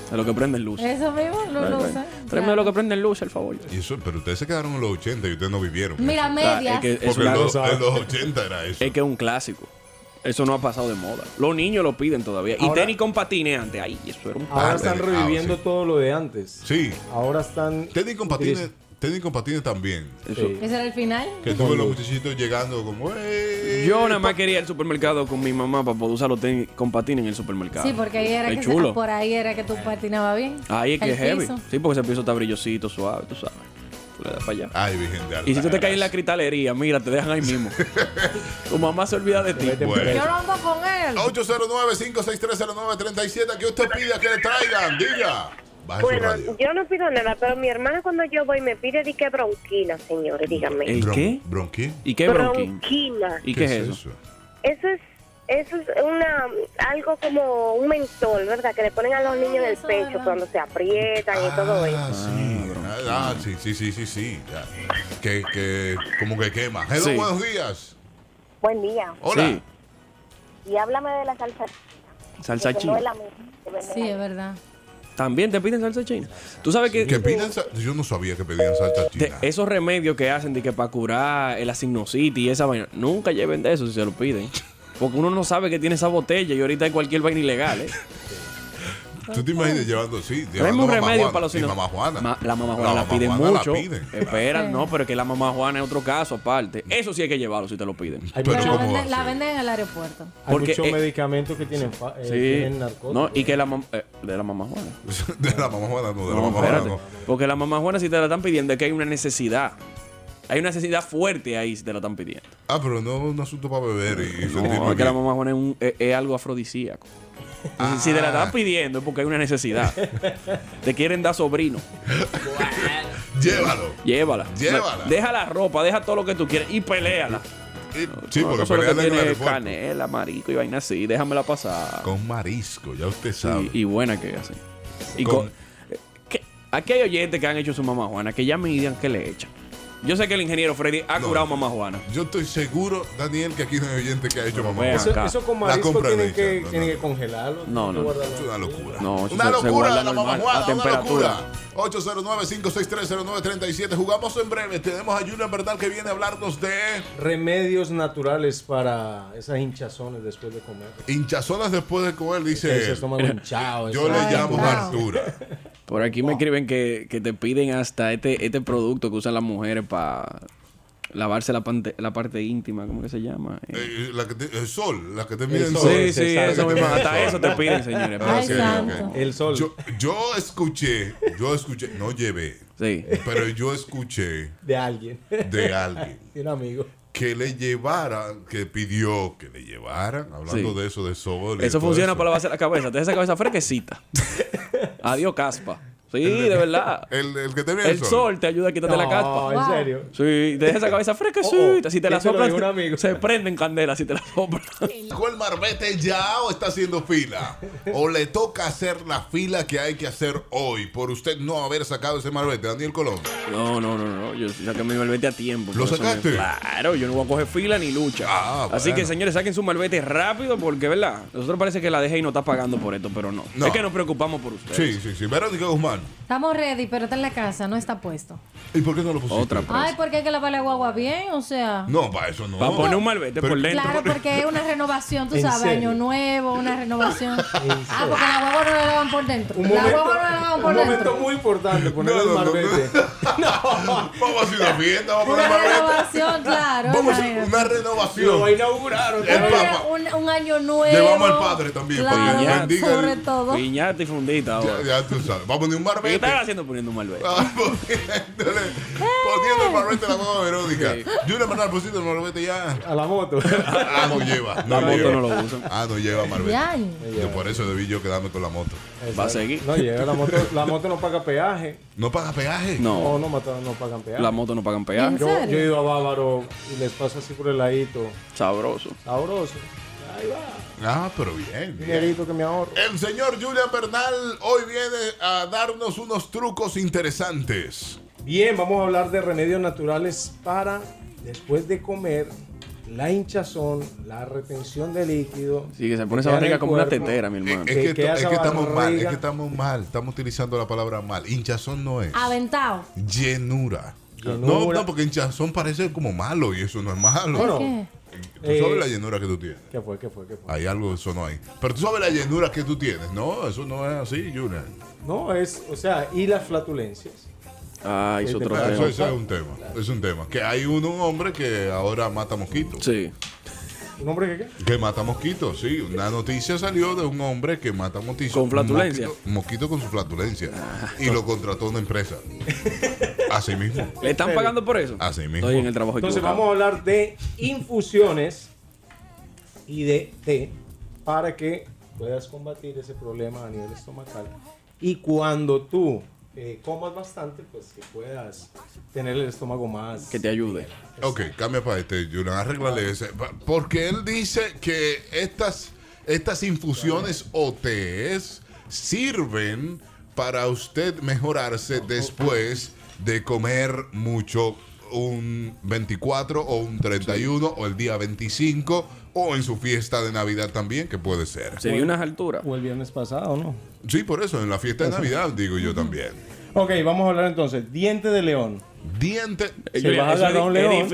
C: De lo que prenden luz.
B: Eso mismo, Eh, lo, lo usan.
C: Tráeme de lo que prenden luz, el favor. Ah,
D: Y eso, pero ustedes se quedaron en los 80 y ustedes no vivieron.
B: Mira, medias.
D: Porque en los, en los 80 era eso.
C: Es que es un clásico. Eso no ha pasado de moda. Los niños lo piden todavía. y
G: Ahora-
C: tenis con patines antes. Ay, eso era un
G: Ahora
C: par de-
G: están
D: Ah,
G: reviviendo todo lo de antes.
D: Sí.
G: Ahora están.
D: Tenis con patines, tenis con patines también.
B: Ese era el final.
D: Que tuve los muchachitos llegando como, "Eh, "Ey".
C: Yo nada más quería el supermercado con mi mamá para poder usar los tenis con patines en el supermercado.
B: Sí, porque ahí era
C: Es
B: que se-
C: chulo.
B: por ahí era
D: Eh.
B: que tú patinabas bien.
C: Ahí es que
B: El
C: es heavy.
B: piso.
C: Sí, porque ese piso está brillosito, suave, tú sabes. Tú le das para allá.
D: Ay, virgen de
C: Y si tú te caes en la cristalería, mira, te dejan ahí mismo. tu mamá se olvida de ti.
B: Yo no ando con él.
D: 809-56309-37, ¿qué usted pide que le traigan? Diga. Baje su
J: Bueno,
D: radio.
J: yo no pido nada, pero mi hermana cuando yo voy me pide di que bronquina, señores, díganme.
C: ¿El qué?
D: ¿Bronquín?
C: ¿Y qué bronquín?
J: Bronquina.
C: ¿Y qué, es eso?
J: Eso es eso es una algo como un mentol, ¿verdad? Que le ponen a los niños en el pecho cuando se aprietan y todo eso.
D: Ah, sí. Ah, ah, sí, sí, sí, sí, sí. ya. Que, que como que quema. Hello,
N: Sí.
D: buenos días.
N: Buen día.
D: Hola.
N: Y háblame de la salsa.
C: Salsa
N: que
C: china.
N: no es la misma que venden
B: Sí,
N: ahí.
B: es verdad.
C: También te piden salsa china. Tú sabes que.
D: Que piden sa- Yo no sabía que pedían salsa china.
C: te- esos remedios que hacen de que para curar el asinositis y esa vaina, nunca lleven de eso si se lo piden. Porque uno no sabe que tiene esa botella y ahorita hay cualquier vaina ilegal, ¿eh?
D: ¿Tú te imaginas llevando sí?
C: Traeme
D: llevando
C: un
D: mamá
C: remedio
D: Juana
C: para los
D: y mamá Juana.
C: Ma- la mamá Juana la,
D: mamá
C: piden
D: Juana la
C: mucho.
D: piden.
C: Espera,
B: Sí.
C: no, pero es que la mamá Juana es otro caso aparte. Eso sí hay que llevarlo si te lo piden.
B: Pero la, venden, la venden en el aeropuerto.
G: Hay muchos medicamentos que tienen, fa- eh,
C: sí.
G: tienen narcóticos.
C: No, y que la mamá. de la mamá Juana.
D: de la mamá Juana, no, de la mamá Juana,
C: espérate. Porque la mamá Juana, si te la están pidiendo, es que hay una necesidad. Hay una necesidad fuerte ahí si te la están pidiendo.
D: Ah, pero no es un asunto para beber y, y
C: No,
D: sentirme
C: es que la
D: bien.
C: mamá Juana es, un- es- es algo afrodisíaco.
D: Ah.
C: Entonces, Si te la están pidiendo es porque hay una necesidad. te quieren dar sobrino.
D: Llévalo.
C: Llévala.
D: Llévala.
C: Deja la ropa, deja todo lo que tú quieras y peléala.
D: sí,
C: No,
D: porque
C: eso es lo que
D: pelearla en el
C: tiene es
D: aeropuerto.
C: canela, marico y vaina así. Déjamela pasar.
D: Con marisco, ya usted sabe.
C: Y, y buena que hacen. Y con, eh, ¿qué? Aquí hay oyentes que han hecho su mamá Juana que ya me digan qué le echan. Yo sé que el ingeniero Freddy ha curado mamá Juana.
D: Yo estoy seguro, Daniel, que aquí no hay oyente que ha hecho mamá
C: ven
D: Juana.
C: acá. Eso- eso con marisco
D: La compra
G: tienen
D: hecha,
G: que-
D: no,
G: tienen
D: no.
G: que congelarlo,
C: No, no, no.
D: Es una locura.
C: No, eso
D: una
C: se- se
D: locura
C: guarda
D: la mamá
C: normal,
D: Juana,
C: a
D: una
C: temperatura.
D: locura. 809-56309-37. Jugamos en breve. Tenemos a Junior Bernal que viene a hablarnos de
G: Remedios naturales para esas hinchazones después de comer.
D: hinchazonas después de comer, dice.
G: Ese
D: él.
G: estómago hinchado,
D: Yo
G: ese
D: le
G: estómago
D: llamo
G: hinchado.
D: Artura.
C: Por aquí me escriben que, que te piden hasta este, este producto que usan las mujeres para lavarse la, pante- la parte íntima, ¿cómo que se llama? Eh,
D: Eh, la que te- el sol, la que te mide el
G: sol,
D: sol.
G: sí, sí,
D: La que
G: eso mismo,
D: te mide el
G: hasta
D: sol.
G: eso te piden, señores,
D: Ah,
G: para
D: ok,
G: que-
D: ok.
G: El sol.
D: Yo, yo escuché, yo escuché, no llevé, pero yo escuché
G: De alguien.
D: de alguien
G: De un amigo.
D: que le llevaran, que pidió que le llevaran, hablando
C: Sí.
D: de eso, de sol. y
C: Eso
D: todo
C: funciona para lavarse la cabeza. Te deja esa cabeza fresquecita. Adiós, caspa. Sí,
D: El-
C: de verdad.
D: El, el que te mide
C: El sol te ayuda a quitarte la
G: No,
C: caspa.
G: ¿en serio?
C: Sí, te deja esa cabeza fresquecita. Si te la
G: ¿quién te lo
C: soplan,
G: dijo,
C: se prenden candelas si te la soplan.
D: ¿Sacó el marbete ya o está haciendo fila? ¿O le toca hacer la fila que hay que hacer hoy por usted no haber sacado ese marbete, Daniel Colón?
C: No, no, no, no. Yo saqué mi malvete a tiempo.
D: ¿Lo
C: Por eso
D: sacaste? Ah,
C: me- Claro, yo no voy a coger fila ni lucha. Así
D: bueno.
C: que, señores, saquen su malvete rápido porque, ¿verdad? Nosotros parece que la dejé y no está pagando por esto, pero no.
D: No.
C: Es que nos preocupamos por ustedes.
D: Sí, sí, sí. Verónica Guzmán.
B: Estamos ready, pero está en la casa, no está puesto.
D: ¿Y por qué no lo pusiste?
C: Otra
B: Ay, porque hay que lavar la guagua bien, o sea.
D: No, para eso no.
C: Para poner un malvete por dentro.
B: Claro, porque es una renovación, tú
C: ¿En
B: sabes,
C: serio?
B: año nuevo, una renovación. Ah, porque la guagua no la lavan por dentro. la guagua no la lavan por
G: un
B: dentro.
G: momento muy importante, poner el marbete.
D: Vamos a hacer una fiesta, vamos a
B: Una
D: poner un marbete.
B: renovación, claro.
D: Vamos a hacer
B: imagínate.
D: una renovación.
G: Lo inauguraron.
D: El Papa.
B: un, un año nuevo.
D: Llevamos al padre también. para que
B: Claro,
D: bendiga
B: sobre
D: el-
B: todo.
C: Piñata y fundita ahora.
D: Ya, ya tú sabes. Vamos a poner un Ah, marbete.
C: ¿Qué estás haciendo poniendo un malvete?
D: Poniendo el marbete en la mano de Verónica. Yo le mandé al pusiste el marbete ya.
G: A la moto.
D: Ah, no lleva.
C: La
D: No
C: moto
D: lleva.
C: no lo usan.
D: Ah, no lleva marbete.
B: Ya.
D: Yo por eso debí yo quedarme con la moto.
C: Va a seguir.
G: No, llega la moto, la moto no paga peaje.
D: ¿No paga peaje?
G: No,
C: No,
G: no, mata- no pagan peaje.
C: las motos no pagan peaje.
G: Yo, yo he ido a Bávaro y les paso así por el ladito.
C: Sabroso.
G: Sabroso. Ahí va.
D: Ah, pero bien. bien.
G: Dinerito que me ahorro.
D: El señor Julian Bernal hoy viene a darnos unos trucos interesantes.
G: Bien, vamos a hablar de remedios naturales para después de comer la hinchazón, la retención de líquido.
C: Sí, que se pone esa
G: queda en
C: barriga
G: el
C: como una
G: cuerpo.
C: tetera, mi hermano.
D: Eh, Es
G: Eh, Que
D: que, to-
G: queda
D: es
G: esa
D: que estamos mal, es
G: barriga.
D: que estamos mal. Estamos utilizando la palabra mal. Hinchazón no es.
B: Ah. Aventado.
D: Llenura. No,
G: Llenura.
D: no, porque hinchazón parece como malo y eso no es malo.
G: Bueno,
D: Tú
G: eh,
D: sabes la llenura que tú tienes.
G: ¿Qué fue? ¿Qué fue? ¿Qué fue?
D: Hay algo, eso no hay. Pero tú sabes la llenura que tú tienes. No, eso no es así, Julian.
G: No, es, o sea, y las flatulencias.
C: Ah, hizo otro
D: Ah, Eso,
C: tema.
D: eso es un tema. Es un tema. Que hay uno, un hombre que ahora mata mosquitos.
C: Sí.
G: ¿Un hombre que qué?
D: Que mata mosquitos, sí. Una noticia salió de un hombre que mata mosquitos.
C: Con flatulencia. Ah,
D: Mosquito, mosquito con su flatulencia. Y lo contrató una empresa. Así mismo.
C: ¿Le están pagando por eso?
D: Así mismo.
C: Estoy en el trabajo
G: Entonces
C: equivocado.
G: vamos a hablar de infusiones y de té para que puedas combatir ese problema a nivel estomacal. Y cuando tú eh, comas bastante, pues que puedas tener el estómago más...
C: Que te ayude.
D: Ok, cambia para este, Julian. Arréglale ese. Pa- Porque él dice que estas, estas infusiones o tés sirven para usted mejorarse después de comer mucho un 24 o un 31 o el día 25 o en su fiesta de Navidad también, que puede ser.
G: Sería alturas. O el viernes pasado, ¿no?
D: Sí, por eso, en la fiesta de Navidad, digo yo también.
G: Ok, vamos a hablar entonces. Diente de león.
D: Diente.
G: Se vas a agarrar un león.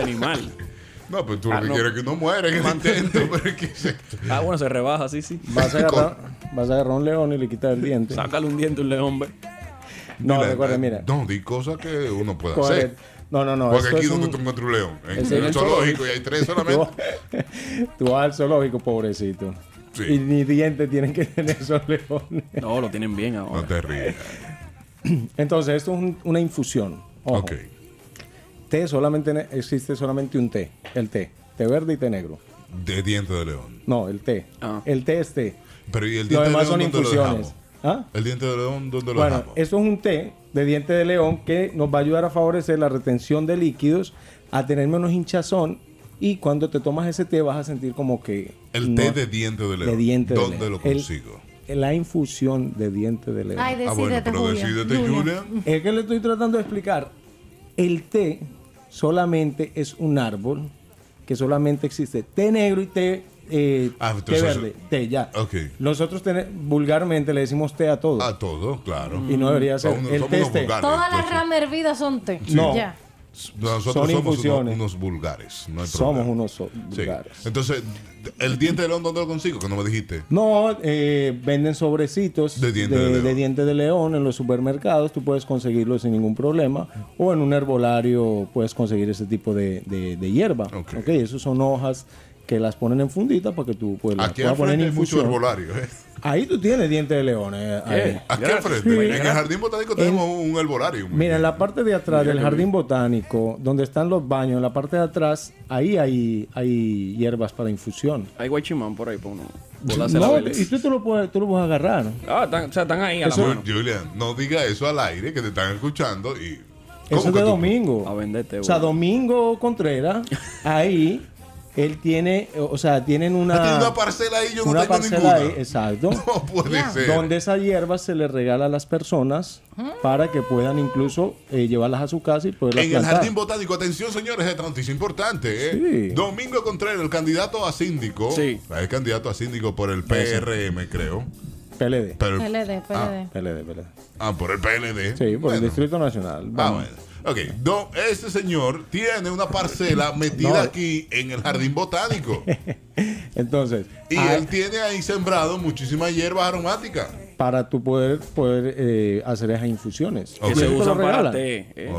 C: animal.
D: No, pues tú
G: Ah,
D: lo que
G: no.
D: quieres es que no muera en el intento, pero ¿qué es esto?
C: Ah, bueno, se rebaja, sí, sí.
G: Vas a, agarrar, vas a agarrar un león y le quitas el diente.
C: Sácale un diente a un león, ve.
G: No,
D: Mira,
G: recuerda,
D: eh,
G: mira.
D: No, di cosas que uno puede
G: Corre-
D: hacer.
G: No, no, no.
D: Porque
G: esto
D: aquí
G: es
D: donde
G: un-
D: tú encuentras un león.
G: Es
D: En, en
G: en
D: el
G: el
D: zoológico
G: zoológico.
D: y hay tres solamente.
G: Tú vas al zoológico, pobrecito. Y ni dientes tienen que tener esos leones.
C: No, lo tienen bien ahora.
D: No te ríes.
G: Entonces, esto es un- una infusión. Ojo.
D: Ok.
G: Té solamente ne- existe solamente un té. El té. Té verde y té negro.
D: De diente de león.
G: No, el té.
C: Ah.
G: El té es té.
D: Pero ¿y el
G: Lo
D: diente
G: demás
D: de
G: son
D: león dónde lo
G: infusiones.
D: dejamos? ¿El diente de león dónde lo
G: ¿Ah? Bueno,
D: dejamos?
G: esto es un té de diente de león que nos va a ayudar a favorecer la retención de líquidos, a tener menos hinchazón y cuando te tomas ese té vas a sentir como que...
D: El
G: no-
D: té de diente de león.
G: de diente de
D: ¿Dónde
G: león.
D: lo
G: El-
D: consigo?
G: la infusión de diente de león.
D: Ay, Ah, bueno, decídete, pero Julia. decídete, Julia.
G: Es que le estoy tratando de explicar. El té solamente es un árbol que solamente existe té negro y té, eh, té
D: Ah, entonces-
G: verde. Té, ya.
D: Ok.
G: Nosotros tene- vulgarmente le decimos té a todo. A
D: todo, claro.
G: Y no debería ser.
D: Somos unos-
G: el
D: somos
G: té este. es
D: unos
G: té.
D: vulgares.
B: Todas las ramas hervidas son té.
G: No.
B: Ya.
D: Nosotros
G: Son
D: somos unos,
G: infusiones.
D: unos vulgares. No hay
G: Somos
D: problema.
G: unos so-
D: Sí.
G: vulgares.
D: Entonces, ¿el diente de león dónde lo consigo? Que no me dijiste.
G: No, eh, venden sobrecitos de
D: diente
G: diente
D: de
G: de,
D: león.
G: diente de león en los supermercados. Tú puedes conseguirlo sin ningún problema. O en un herbolario puedes conseguir ese tipo de, de- de hierba. Ok, esos son hojas que las ponen en fundita para que tú pues, las
D: Aquí al
G: puedas poner
D: frente
G: en
D: hay mucho
G: infusión.
D: herbolario. ¿eh?
G: Ahí tú tienes diente de león. eh, ahí.
D: Aquí al frente.
G: Sí.
D: En el jardín botánico tenemos un herbolario.
G: Mira, en la parte de atrás
D: Mira
G: del
D: qué
G: jardín botánico, donde están los baños, en la parte de atrás, ahí hay, hay hierbas para infusión.
C: Hay guachimán por
O: pues,
C: ahí, por uno. volarse la
G: No,
C: vela.
G: y tú, tú lo puedes, tú lo puedes agarrar.
C: Ah, están- o sea, están ahí a la mano.
D: Julian, no diga eso al aire que te están escuchando y.
G: Eso
D: ¿Cómo
G: es
D: que
G: de
D: tú-
G: domingo. o sea, Domingo Contreras, ahí, él tiene, o sea, tienen una...
D: Ah, tiene una parcela ahí, yo no
G: una
D: tengo
G: parcela
D: ninguna.
G: ahí, exacto. No
D: puede ser.
G: Donde esa hierba se le regala a las personas para que puedan incluso eh, llevarlas a su casa y poderlas
D: En el
G: plantar.
D: Jardín Botánico, atención señores, es noticia importante. ¿eh?
G: Sí.
D: Domingo Contreras, el candidato a síndico. Sí. Es candidato a síndico por el PRM, creo.
G: PLD.
D: Pero-
B: PLD, PLD.
G: PLD, PLD.
D: Ah, por el PLD.
G: Sí, por el Distrito Nacional.
D: Ah,
G: Vamos.
D: bueno. Ok, do- este señor tiene una parcela metida
G: No. eh.
D: aquí en el Jardín Botánico.
G: Entonces,
D: Y
G: ah,
D: él tiene ahí sembrado muchísimas hierbas aromáticas.
G: para tú poder, poder eh, hacer esas infusiones.
C: Que
G: Y eso
C: se
G: te lo
C: usan para
G: regalan.
C: té. eh.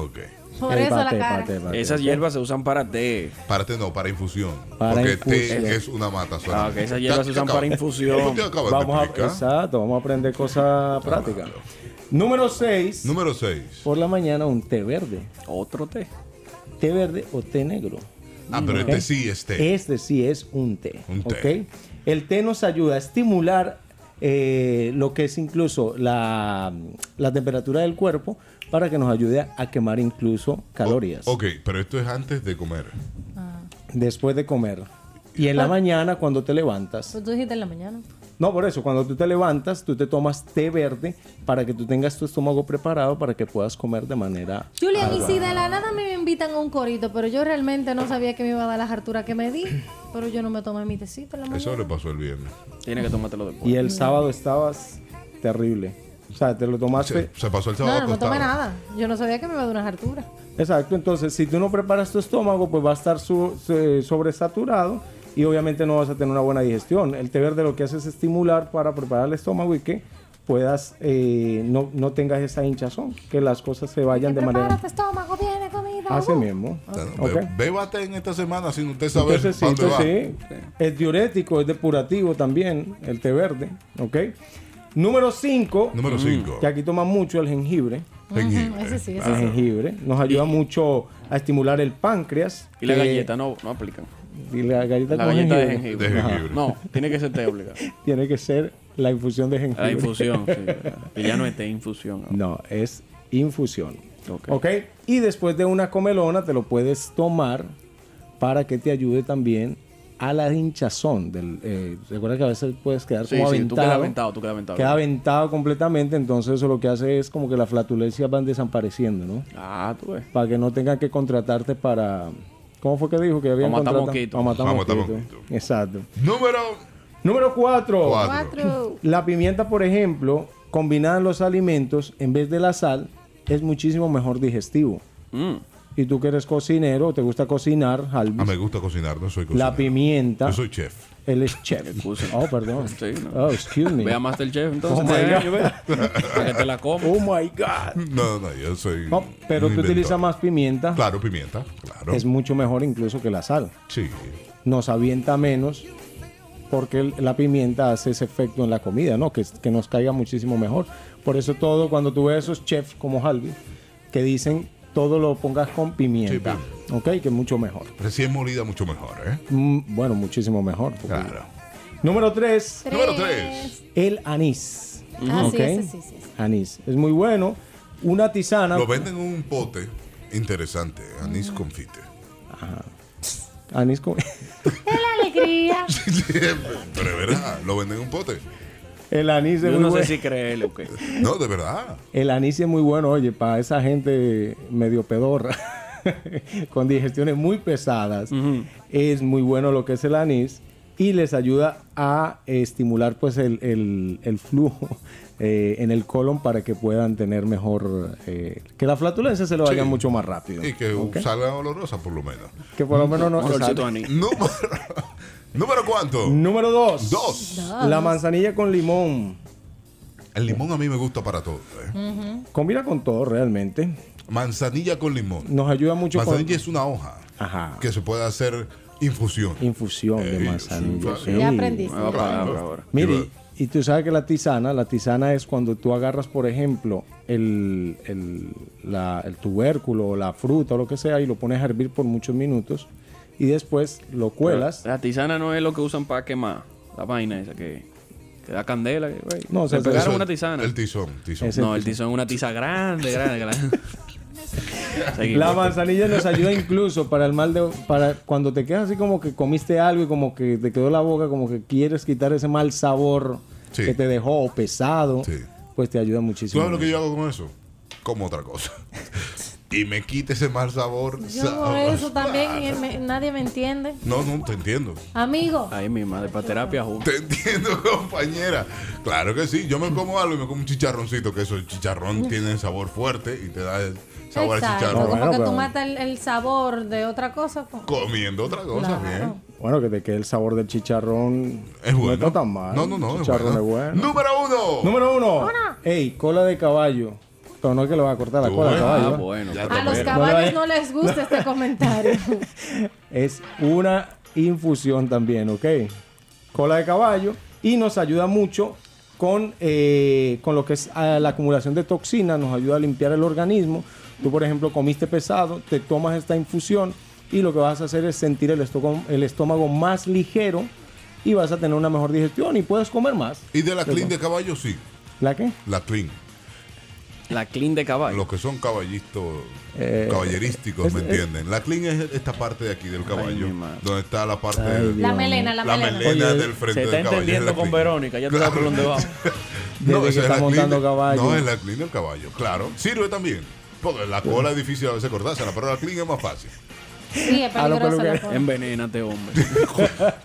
B: Por
G: Eh,
B: eso la
G: pate,
B: cara.
G: pate, pate.
C: Esas hierbas se usan para té.
D: Para té no, para infusión.
G: Para
D: porque
G: infusión.
D: té es una mata
C: Ah,
D: solamente.
C: que esas hierbas se usan para infusión.
D: Eso te acabas de
G: Vamos a,
D: explicar.
G: exacto, vamos a aprender cosas prácticas. Número 6.
D: Número 6.
G: Por la mañana un té verde.
C: Otro té.
G: Té verde o té negro.
D: Ah, pero
G: ¿Ok?
D: este sí es té.
G: Este sí es un té.
D: Un té.
G: ¿ok? El té nos ayuda a estimular eh, lo que es incluso la, la temperatura del cuerpo para que nos ayude a quemar incluso calorías
D: Oh, Ok, pero esto es antes de comer.
G: después de comer. Y en la
B: Ah.
G: mañana cuando te levantas,
B: Pues tú dijiste en la mañana.
G: No, por eso, cuando tú te levantas, tú te tomas té verde para que tú tengas tu estómago preparado para que puedas comer de manera.
D: Ah,
B: Julian, y
G: adecuada.
B: si de la nada a mí me invitan a un corito, pero yo realmente no sabía que me iba a dar las harturas que me di, pero yo no me tomé mi tecito en la mañana.
D: Eso le pasó el viernes.
C: Tiene que tomártelo después.
G: Y el sábado estabas terrible. O sea, te lo tomaste.
D: Se, pasó el
B: No, no me tomé nada. Yo no sabía que me iba a dar unas harturas.
G: Exacto, entonces, si tú no preparas tu estómago, pues va a estar su- se- sobresaturado y obviamente no vas a tener una buena digestión. El té verde lo que hace es estimular para preparar el estómago y que puedas, eh, no, no tengas esa hinchazón, que las cosas se vayan de manera.
B: Prepárate, estómago, viene comida.
G: Así Ah, mismo.
D: Be-
G: ¿ok?
D: Bébate en esta semana sin usted saber
G: Entonces, sí,
D: pa' dónde va.
G: entonces, sí. Es diurético, es depurativo también, el té verde, ¿ok? Número 5.
D: Número cinco.
G: Que aquí toma mucho el jengibre.
D: Jengibre.
B: Mm.
D: Ah.
B: Ese sí,
G: El
B: ese sí.
G: jengibre. Nos ayuda mucho a estimular el páncreas.
C: Y la
G: que-
C: galleta no, no aplican.
G: Y la galleta
C: La
G: con
C: galleta de
G: jengibre.
C: jengibre.
G: Ajá.
C: No, tiene que ser té obligado.
G: Tiene que ser la infusión de jengibre.
C: La infusión, sí. Que ya no es té, infusión. ahora.
G: No, es infusión.
C: Ok.
G: ok. Y después de una comelona te lo puedes tomar para que te ayude también a la hinchazón. Del, eh, recuerda que a veces puedes quedar
O: Sí,
G: como
O: sí, tú quedas
G: aventado.
O: aventado, tú quedas aventado.
G: Queda aventado completamente, entonces eso lo que hace es como que las flatulencias van desapareciendo, ¿no?
O: Ah, tú ves.
G: Para que no tengan que contratarte para... ¿Cómo fue que dijo que había
O: Pa' matar
G: contratado?
O: mosquito.
G: Para matar
O: Pa' matar
G: mosquito. Exacto.
D: Número...
G: Número cuatro.
P: Cuatro.
G: La pimienta, por ejemplo, combinada en los alimentos en vez de la sal, es muchísimo mejor digestivo.
C: Mm,
G: Y tú que eres cocinero, te gusta cocinar, Alvis,
D: Ah, me gusta cocinar, no soy cocinero.
G: la pimienta.
D: Yo soy chef.
G: Él es chef. Oh, perdón.
O: Sí, no.
G: Oh, excuse me.
O: Ve a Masterchef entonces.
G: Oh my
O: este
G: God.
O: año, ve. Para que te la comas.
G: Oh my God.
D: No, no, yo soy.
G: No, pero
D: un
G: tú
D: inventor.
G: utilizas más pimienta.
D: Claro, pimienta, claro.
G: Es mucho mejor incluso que la sal.
D: Sí.
G: Nos avienta menos porque el- la pimienta hace ese efecto en la comida, ¿no? Que, es- que nos caiga muchísimo mejor. Por eso todo, cuando tú ves esos chefs como Halby, que dicen todo lo pongas con pimienta.
D: pues.
G: ok, que es mucho mejor.
D: Recién molida, mucho mejor, ¿eh?
G: Mm, bueno, muchísimo mejor. porque- Número 3.
D: Tres. Número tres.
G: El anís.
D: Ah, sí,
G: Ok.
D: ese sí, sí,
G: Anís. Es muy bueno. Una tisana.
D: Lo venden en un pote interesante, anís confite.
G: Ajá. Anís con...
P: la alegría.
D: Pero es verdad, lo venden en un pote.
G: El anís es
D: Yo
G: muy
D: no sé
G: bueno.
D: si-
O: Sí, créele, ok.
D: No, de verdad.
G: El anís es muy bueno, oye, para esa gente medio pedorra, con digestiones muy pesadas, es muy bueno lo que es el anís y les ayuda a estimular pues el, el- el flujo eh, en el colon para que puedan tener mejor, eh, que la flatulencia se le vaya
D: Sí.
G: mucho más rápido.
D: Y que
G: ¿ok?
D: salga olorosa, por lo menos. Mm.
G: Que por lo menos no- Un olorcito a
D: Número, ¿Número cuánto?
G: Número dos.
D: Dos.
G: La manzanilla con limón.
D: El limón a mí me gusta para todo. ¿eh?
G: Combina con todo realmente.
D: Manzanilla con limón.
G: Nos ayuda mucho con-
D: Manzanilla es una hoja
G: Ajá.
D: que se puede hacer infusión. Eh,
G: Infusión de manzanilla. sí. Ya aprendiste.
O: Nueva palabra ahora.
G: Mire, y, y tú sabes que la tisana, la tisana es cuando tú agarras, por ejemplo, el, el- la- el tubérculo o la fruta o lo que sea y lo pones a hervir por muchos minutos y después lo cuelas.
O: La tisana no es lo que usan para quemar. La vaina esa que, que da candela. que, güey,
G: No, o sea,
O: le
G: eso-
O: pegaron
G: eso-
O: una tisana.
D: El tizón, tizón.
G: Ese
O: No, el
G: tizón.
O: tizón es una tiza grande, grande. grande. Seguimos.
G: La manzanilla nos ayuda incluso para el mal de para cuando te quedas así como que comiste algo y como que te quedó la boca como que quieres quitar ese mal sabor que te dejó o pesado, pues te ayuda
D: ¿Tú
G: muchísimo.
D: sabes lo que yo hago con eso? Como otra cosa. y me quita ese mal sabor.
B: Yo hago
D: sabor.
B: eso también y me- nadie me entiende.
D: No, no, te entiendo.
B: Amigo,
O: Ahí mi madre, para terapia juntos.
D: Te entiendo, compañera. Claro que sí. Yo me como algo y me como un chicharroncito, que eso, el chicharrón tiene sabor fuerte y te da el sabor al
B: exacto.
D: chicharrón. pues.
B: Como que tú matas el, el sabor de otra cosa. pues.
D: Comiendo otra cosa, bien.
G: Bueno, que te quede el sabor del chicharrón. Es bueno. No está tan mal.
D: No, no, no, es
G: Chicharrón
D: bueno.
G: es bueno.
D: Número uno.
G: Número uno. Ey, cola de caballo. Pero no es que le va a cortar la cola de caballo.
D: Ah,
G: ¿eh?
B: a los
G: pero-
B: caballos
G: No,
B: no les gusta este comentario.
G: Es una infusión también, ¿ok? Cola de caballo. Y nos ayuda mucho con, eh, con lo que es ah, la acumulación de toxinas. Nos ayuda a limpiar el organismo. Tú, por ejemplo, comiste pesado, te tomas esta infusión y lo que vas a hacer es sentir el estómago, el estómago más ligero y vas a tener una mejor digestión y puedes comer más.
D: Y de la clean de caballo, sí.
G: ¿La qué?
D: La clean.
O: La clean de caballo.
D: Los que son caballistas,
G: Eh,
D: caballerísticos,
G: es-
D: ¿me
G: es-
D: entienden? La clean es esta parte de aquí del caballo, donde está la parte
G: Ay,
D: del-
B: La melena, la melena. Oye,
D: del frente
O: Se está
D: del caballo. es la
O: entendiendo con
D: clean.
O: Verónica, ya te da por donde va.
G: Desde que
D: esa es
G: está
D: la clean de-
G: montando caballo.
D: No, es la clean del caballo, claro. Sirve también. Porque la cola es difícil a veces cortársela, pero la clean es más fácil.
B: Sí, es
D: A lo
B: peligroso la
D: peluquero.
B: cosa.
O: Envenénate, hombre.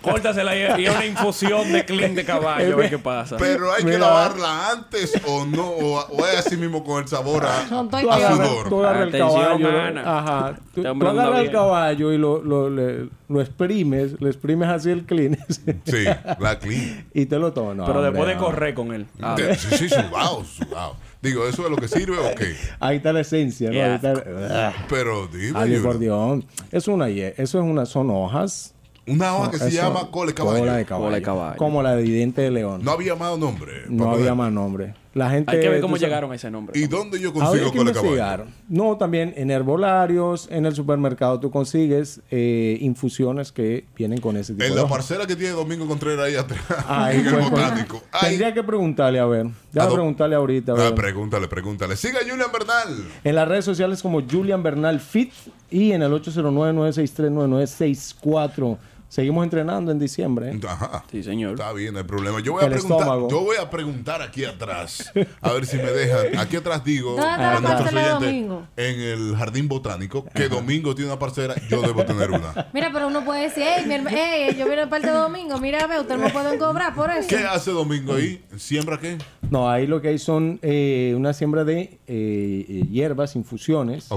O: Córtasela y, y una infusión de clean de caballo, a ver qué pasa.
D: Pero hay que
O: Mira.
D: lavarla antes o no, o, o es así mismo con el sabor a,
B: No estoy
D: a
B: claro.
D: sudor.
G: Tú agarras el
O: Atención,
G: caballo.
O: mana.
G: Ajá. Tú,
O: Este
G: tú
O: hombre anda
G: agarras el
O: bien.
G: caballo y lo, lo, le- lo exprimes, le exprimes así el clean.
D: Sí, la clean.
G: y te lo tomas. No,
O: Pero
G: hombre,
O: después de
G: no.
O: correr con él. Ah.
D: Te- sí, sí, sudado, sudado. Digo, ¿eso es lo que sirve o qué?
G: Ahí está la esencia, ¿no?
D: Qué
G: Ahí está-
D: asco.
G: Ah.
D: Pero dime,
G: Ay,
D: Yuri.
G: acordeón. Es una, hie- eso es una, son hojas.
D: Una hoja
G: No,
D: que se
G: eso-
D: llama cola de caballo.
G: Cola de caballo. Como la de diente de león.
D: No había más nombre.
G: No
D: papá.
G: había más nombre. La gente.
O: Hay que ver cómo
G: tú sabes-
O: llegaron a ese nombre.
D: ¿Y dónde yo
G: Habría
D: consigo
G: que
D: cola de
G: investigar.
D: caballo?
G: No, también en herbolarios, en el supermercado tú consigues eh, infusiones que vienen con ese tipo
D: En
G: de
D: la
G: hojas.
D: parcela que tiene Domingo Contreras ahí atrás.
G: Ahí
D: en el
G: fue con-
D: botánico.
G: pues, Tendría que preguntarle, a ver. Ya preguntarle ahorita. a ver.
D: Ah, pregúntale, pregúntale. Siga Julian Bernal.
G: en las redes sociales como Julian Bernal Fit y en el 809-963-9964. Seguimos entrenando en diciembre. ¿eh?
D: Ajá.
C: Sí, señor.
D: Está bien, no hay problema. Yo voy, a
G: El
D: preguntar,
G: estómago.
D: yo voy a preguntar aquí atrás. A ver si me dejan. Aquí atrás digo
P: ¿Dónde está
D: a
P: la
D: nuestros
P: parcela de
D: oyentes,
P: Domingo?
D: en el jardín botánico que Domingo tiene una parcera, yo debo tener una.
B: Mira, pero uno puede decir, hey, mi herma- hey, yo vine de parte de domingo, mira, ve, usted no me pueden cobrar por eso.
D: ¿Qué hace Domingo ahí? ¿Siembra qué?
G: No, ahí lo que hay son eh, una siembra de eh, eh, hierbas, infusiones.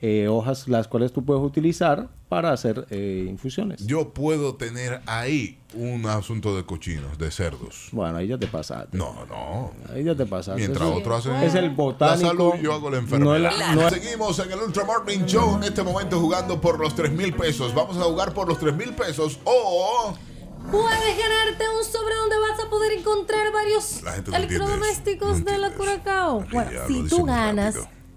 G: Eh, hojas las cuales tú puedes utilizar para hacer eh, infusiones.
D: Yo puedo tener ahí un asunto de cochinos, de cerdos.
G: Bueno, ahí ya te pasaste.
D: No, no.
G: Ahí ya te pasaste.
D: Mientras
G: Eso-
D: otro hace
G: Es el botánico.
D: La salud, yo hago la enfermedad.
G: No es la- no es-
D: Seguimos en el Ultra Morning Show en este momento jugando por los 3 mil pesos. Vamos a jugar por los 3 mil pesos o...
B: Puedes ganarte un sobre donde vas a poder encontrar varios
D: La gente no entiende eso,
B: electrodomésticos de la Curacao. Bueno,
D: ya lo
B: si
D: dice
B: tú
D: muy
B: ganas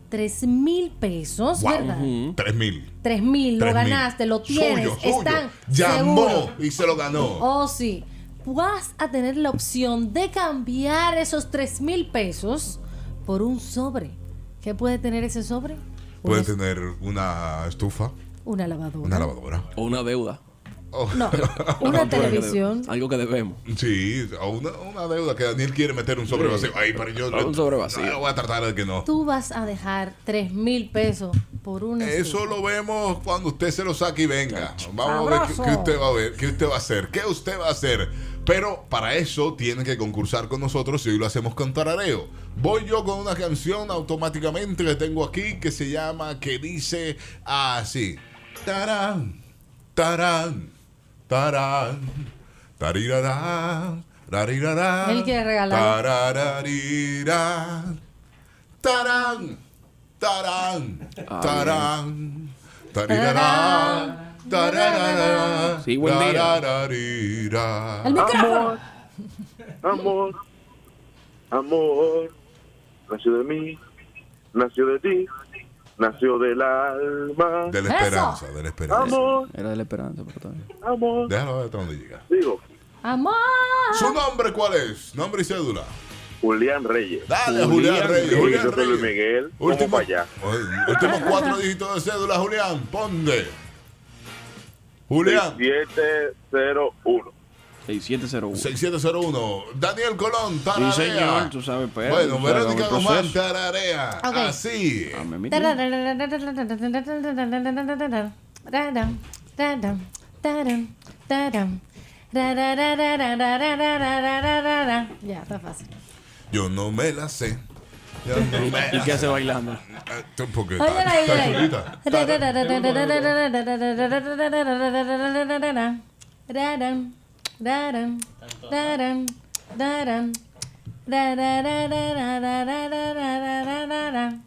B: 3 mil pesos, ¿verdad?
D: 3 mil.
B: 3 mil, lo
D: 3.000.
B: ganaste, lo tienes,
D: Suyo, suyo.
B: están
D: Llamó
B: seguros.
D: y se lo ganó.
B: Oh, sí. Vas a tener la opción de cambiar esos 3 mil pesos por un sobre. ¿Qué puede tener ese sobre?
D: Puede
B: pues.
D: tener una estufa,
B: Una lavadora.
D: una lavadora. Oh.
O: O una deuda.
B: No, una televisión.
O: Algo que debemos.
D: Sí, o una, una deuda que Daniel quiere meter un sobre vacío. Ay, pero yo
O: Un sobre vacío.
D: No, yo voy a tratar de que no.
B: Tú vas a dejar 3 mil pesos por una.
D: Eso lo vemos cuando usted se lo saque y venga. Vamos a ver qué,
B: Sabroso.
D: qué usted va a ver, qué usted va a hacer, qué usted va a hacer. Pero para eso tiene que concursar con nosotros y hoy lo hacemos con tarareo. Voy yo con una canción automáticamente que tengo aquí que se llama, que dice así. Tarán, tarán, tarán, tarirarán, rarirarán.
B: Él quiere regalar.
D: tarararirán, tarán, tarán, tarán, tarirarán, tarararán,
O: Sí, buen día.
D: tarararirán.
B: El micrófono.
Q: Amor, amor, nació de mí, nació de ti, nació del alma.
D: De la esperanza, de la esperanza.
Q: Amor,
O: Era de la esperanza, pero todavía.
Q: amor.
D: Déjalo ver hasta dónde llega.
Q: Digo,
B: Amor.
D: ¿Su nombre cuál es? Nombre y cédula.
Q: Julián Reyes.
D: Dale, Julián Reyes. Julián
Q: Yo soy Luis
D: Reyes.
Q: Miguel.
D: Último-
Q: Último para allá.
D: Últimos cuatro dígitos de cédula, Julián. Ponde. Julián.
Q: 701.
O: 6701.
D: 6701. Daniel Colón,
O: Sí,
D: tararea.
O: señor, tú sabes, pero.
D: Bueno,
O: tú sabes
D: Verónica
O: cómo es el
D: Guzmán,
O: proceso.
D: tararea.
B: Ok.
D: Así.
B: Ya, está fácil.
D: Yo no me la sé. Yo no me la
O: ¿Y qué
D: sé.
O: hace bailando?
D: Ah, tú, Porque está,
B: Óyela ahí,
D: está
B: óyela
D: chulita.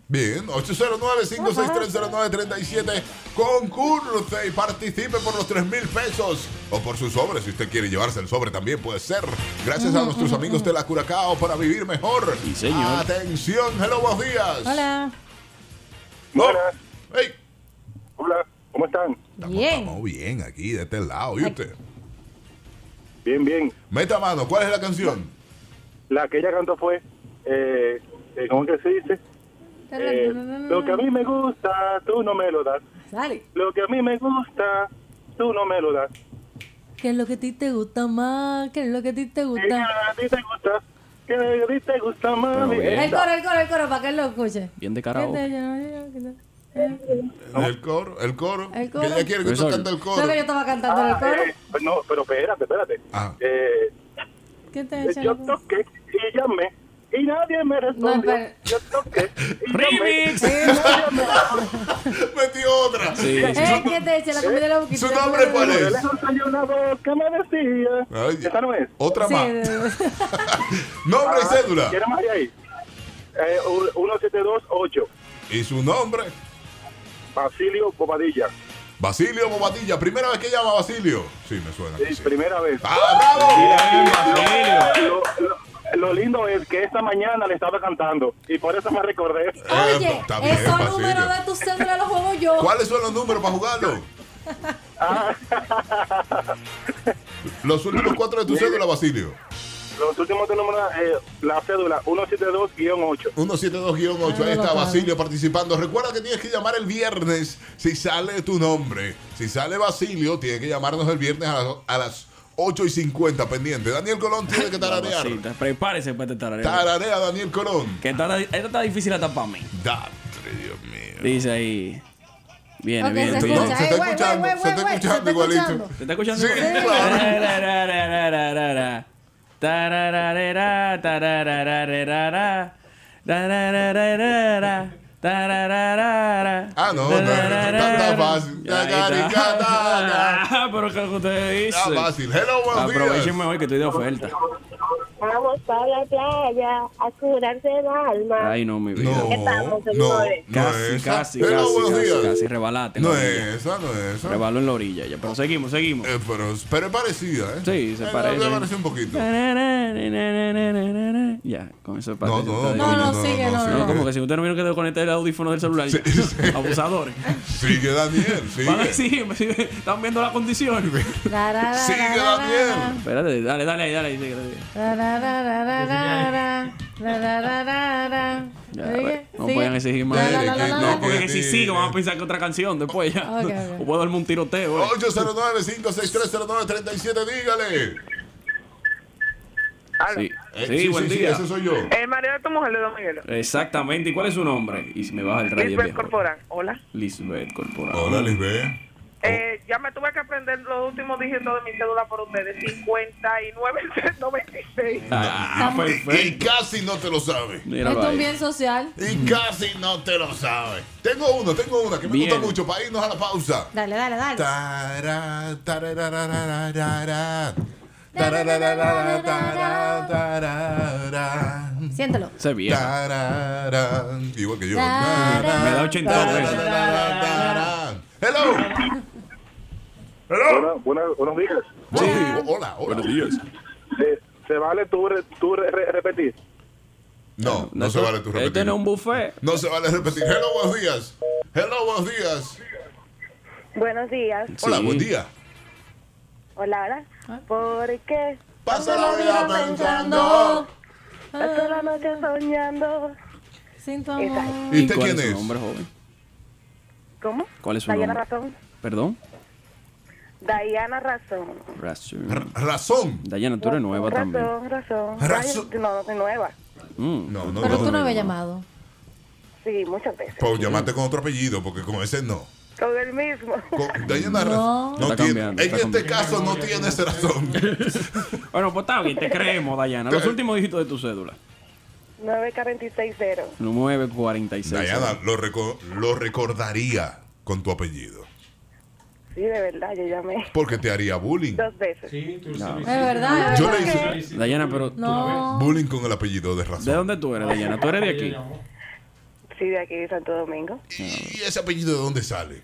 D: Bien, 809-56309-37. Concurse y participe por los 3 mil pesos. O por su sobre, si usted quiere llevarse el sobre también puede ser. Gracias a nuestros amigos de la Curacao para vivir mejor. Y
O: señor.
D: Atención, hello, buenos días.
B: Hola.
D: Hola. Hey.
Q: Hola, ¿cómo están?
B: Bien.
D: Muy bien, aquí de este lado. ¿Y usted?
Q: Bien, bien.
D: Meta mano, ¿cuál es la canción?
Q: La que ella cantó fue, eh, eh, ¿cómo que se dice? Eh, lo que a mí me gusta, tú no me lo das.
B: Sale.
Q: Lo que a mí me gusta, tú no me lo das.
B: ¿Qué es lo que a ti te gusta más? ¿Qué es lo que a ti te gusta?
Q: A ti te gusta, que a ti te gusta más.
O: Pero
B: El
O: bien,
B: coro, el coro, el coro, para que lo escuche.
O: bien de
B: ¿Qué
O: karaoke.
B: te llama? ¿Qué
D: El coro, el coro.
B: El
D: Que
B: coro.
D: ella quiere que tú
O: Eso-
D: cante el
B: te- No,
D: coro.
B: que yo estaba cantando en el coro.
Q: No, pero espérate, espérate.
D: Ah.
Q: Eh,
B: ¿Qué te echa?
Q: yo toqué y llamé y nadie me respondió.
B: espera.
Q: yo toqué y llamé. y
O: ¡Remix!
Q: nadie me respondió.
D: Metió otra.
O: Sí.
B: Eh, ¿Qué te echa? La comida de la boquita.
D: ¿Su
B: la
D: nombre
B: comida de la
D: cuál
Q: De
D: es?
Q: lejos hay una voz que me decía.
D: Ay,
Q: ¿Esta no es?
D: Otra más.
B: boquita. Sí,
D: Nombre
Q: pues?
D: y
Q: Ah,
D: cédula.
Q: ¿Quieres más de ahí? Eh, un- 1728.
D: Y su nombre.
Q: Basilio Bobadilla.
D: Basilio Bobadilla, primera vez que llama Basilio. Sí, me suena. que
Q: Sí,
D: sí.
Q: primera vez.
D: ¡Ah, bravo!
Q: Lo, lo- lo lindo es que esta mañana le estaba cantando y por eso me recordé.
D: Eh,
B: Oye,
D: está bien,
B: esos
D: Basilio.
B: números de tu cédula los juego yo.
D: ¿Cuáles son los números para jugarlo?
Q: Ah.
D: los últimos cuatro de tu cédula, Basilio.
K: Los últimos tres números, eh, la cédula 172-8.
D: 172-8, ahí está Basilio participando. Recuerda que tienes que llamar el viernes si sale tu nombre. Si sale Basilio, tienes que llamarnos el viernes a las, a las 8 y 50 pendiente. Daniel Colón tiene que tararear.
C: Babacita, Prepárese para este tarareo.
D: Tararea Daniel Colón.
C: Que está, esta está difícil hasta para mí. Dice ahí. Viene,
D: Ok,
C: viene.
D: se
C: viene.
D: escucha, No, se está eh, güey, escuchando, güey, se está güey, escuchando güey, se está igualito. escuchando.
C: Se está escuchando.
D: Sí,
C: igualito.
D: claro.
C: Tarararararara. Tararararara, tararararara, tararararara, tarararara.
D: Ah, no, no, no, está está fácil.
C: Ya, ahí está. Pero que ustedes
D: Está
C: dicen.
D: fácil. Hello, buenos días.
C: Aprovechenme hoy que estoy de oferta.
J: Vamos para la playa a curarse el alma.
C: Ay, no, mi vida.
J: Estamos, señores.
C: Casi,
D: esa.
C: casi,
D: Hello,
C: casi,
D: buenos
C: casi,
D: días.
C: casi, rebalate. en
D: No
C: la orilla.
D: es esa, no es esa.
C: Rebaló en la orilla ya, pero seguimos, seguimos.
D: pero, es parecida, ¿eh?
C: Sí, se
D: Eh,
C: parece.
D: se parece un poquito.
C: Ya, con eso parece.
D: No, no,
C: Está difícil.
D: no, no, no, sigue, no, no, no.
C: Como que si ustedes no vieron que desconecté el audífono del celular, ya. abusadores.
D: Sigue Daniel, sigue.
C: Van a decir, me sigue- están viendo la condición.
B: Sigue, Daniel.
C: Espérate, dale, dale, ahí, dale, ahí, sigue, dale. Ya, a ver, No pueden exigir más.
D: La, la, la, la, la.
C: No, porque que si sigo van a pensar que otra canción después ya.
B: Ok, ok.
C: O puedo darme un tiroteo. eh.
D: 809-56309-37, dígale.
C: Sí,
D: Eh,
C: sí, buen día.
D: ese soy yo.
R: El marido Eh, de tu mujer, de Don Miguel.
C: Exactamente. ¿Y cuál es su nombre? Y si me baja el Oh. radio
R: Lisbeth
C: viejo.
R: Corporán. Hola.
C: Lisbeth Corporal.
D: Hola, Lisbeth.
R: Eh, ya me tuve que aprender los últimos dígitos de mi cédula por ustedes. 5996.
D: Ah,
C: perfecto.
D: Y casi no te lo sabe.
B: Esto es un bien social.
D: Y casi no te lo sabe. Tengo uno, tengo una que me
C: Bien.
D: gusta mucho para irnos a la pausa.
B: Dale, dale, dale.
D: Tará, tarararararara. Tararararararara, tarara.
B: Siéntelo.
C: Se viene.
D: Tarara. Igual que yo.
C: Me da 80
D: Hello.
K: Hola, buena- buenos días.
D: Sí, hola, hola. Buenos
C: días.
K: ¿Se, se vale tú, re- tú re- re- repetir?
D: No, no se vale tu repetir.
C: Este no es un buffet.
D: No se vale repetir. Hello, buenos días. Hello, buenos días.
J: Buenos días.
D: Hola, buen día.
J: Hola,
B: Ah.
J: hola. ¿Por qué?
D: Paso la vida pensando.
J: Paso la noche soñando.
B: Sin tu
J: amor.
D: ¿Y usted
C: ¿Cuál
D: quién
C: es su
D: es?
C: nombre, joven?
J: ¿Cómo?
C: ¿Cuál es su
J: Dayana
C: nombre?
J: Razón.
C: Perdón.
J: Diana Razón.
C: Razón.
D: Razón.
C: Dayana, tú eres nueva también.
J: Razón, razón.
D: Razón.
J: Ay, no, no soy nueva.
C: No,
D: no,
B: Pero tú no habías llamado.
J: Sí, muchas veces.
D: Pues llamarte con otro apellido, porque con ese no.
J: Con el mismo.
D: Dayana
J: No.
D: Razón. No
C: Está
D: tiene, en
C: cambiando, está
D: este caso no tienes razón.
C: Bueno, pues está bien, te creemos, Dayana. Los últimos dígitos de tu cédula.
J: 946-0.
C: 946.
D: Dayana, lo, reco- lo recordaría con tu apellido.
J: Sí, de verdad, yo llamé
D: Porque te haría bullying.
J: dos veces. Sí,
C: No.
J: Es verdad, es
D: Yo le
J: verdad
D: hice
C: Dayana, pero.
J: No.
D: bullying con el apellido de razón.
C: ¿De dónde tú eres, Dayana? ¿Tú eres de aquí?
J: Sí, de aquí de Santo Domingo.
D: ¿Y ese apellido de dónde sale?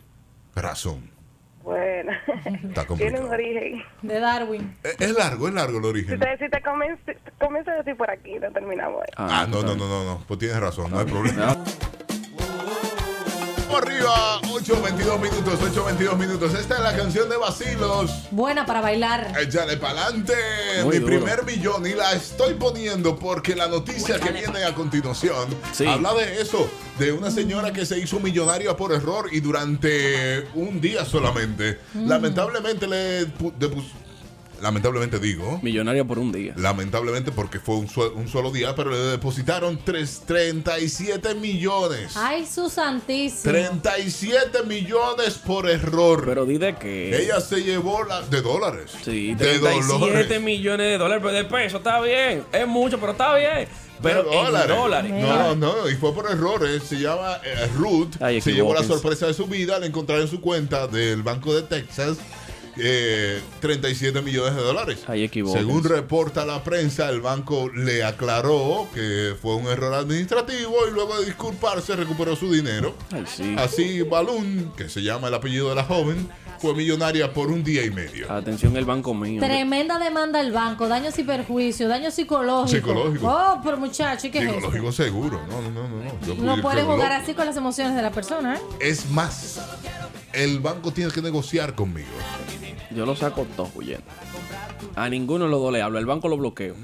D: Razón.
J: Bueno, tiene
D: complicado.
J: un origen.
B: De Darwin.
D: Eh, Es largo, es largo el
J: Si
D: origen.
J: te, si te comienzo, comienzo a decir por aquí, no terminamos. ahí.
D: Ah, no, no, no, no, no. Pues tienes razón, no hay problema. Vamos Arriba, 8.22 minutos, 8.22 minutos. Esta es la canción de Basilos.
B: Buena para bailar.
D: Échale pa'lante.
C: Muy
D: Mi
C: duro.
D: primer millón y la estoy poniendo porque la noticia que viene a continuación habla de eso, de una señora que se hizo millonaria por error y durante un día solamente. Lamentablemente le, pu- le pus- Lamentablemente digo.
C: Millonaria por un día.
D: Lamentablemente porque fue un, sue- un solo día, pero le depositaron tres- 37 millones.
B: Ay, su santísimo.
D: 37 millones por error.
C: Pero di de qué.
D: Ella se llevó la de dólares.
C: Sí,
D: de
C: 37
D: dólares.
C: millones de dólares pero de pesos, está bien. Es mucho, pero está bien. Pero
D: De
C: en dólares.
D: No, no, y fue por errores. Se llama eh, Ruth.
C: Ay,
D: se llevó la
C: equivóquense.
D: sorpresa de su vida al encontrar en su cuenta del Banco de Texas eh, 37 millones de dólares. Según reporta la prensa, el banco le aclaró que fue un error administrativo y luego de disculparse recuperó su dinero. Así, Balún, que se llama el apellido de la joven, fue millonaria por un día y medio.
C: Atención, el banco mío.
B: Tremenda demanda al banco, daños y perjuicios, daño psicológico.
D: Psicológico.
B: Oh, pero muchacho, ¿y qué es eso?
D: Psicológico seguro. No, no, no, no. no. Yo
B: No
D: fui
B: puedes jugar
D: psicólogo.
B: así con las emociones de la persona, ¿eh?
D: Es más, el banco tiene que negociar conmigo.
C: Yo lo saco todo huyendo. A ninguno de los dos le hablo. El banco lo bloqueo.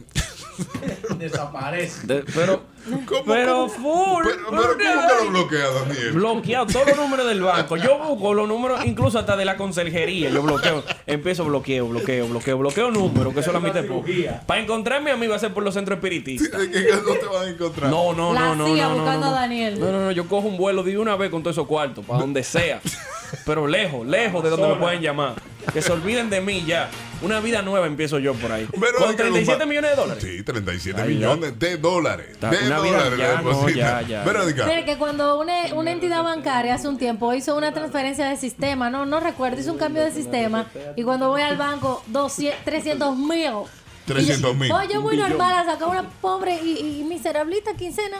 S: Desaparece.
C: De- pero, pero full. Pero,
D: lo bloquea, Daniel?
C: Bloqueado todos los números del banco. Yo busco los números, incluso hasta de la conserjería. Yo bloqueo. Empiezo bloqueo, bloqueo, bloqueo, bloqueo números, que solamente es poco. Para encontrarme a mí va a ser por los centros espiritistas.
D: no te van a encontrar.
C: No, no,
B: La
C: no, no.
B: siga
C: no, no,
B: buscando
C: no,
B: a Daniel.
C: No, no, no. Yo cojo un vuelo de una vez con todos esos cuartos, para donde sea. Pero lejos, lejos de donde me pueden llamar. Que se olviden de mí ya. Una vida nueva empiezo yo por ahí. con 37 millones de dólares.
D: Sí, 37
C: Ay, ya.
D: millones de dólares. De
C: una vida
D: dólares
C: ya,
D: le
C: no, ya,
D: depositan.
C: ya.
D: Verónica,
B: Mire, que cuando una, una entidad bancaria hace un tiempo hizo una transferencia de sistema, no no recuerdo, hizo un cambio de sistema y cuando voy al banco, 200, 300 mil.
D: 300 mil.
B: Oye, voy
D: Un
B: normal a sacar una pobre y, y miserablita quincena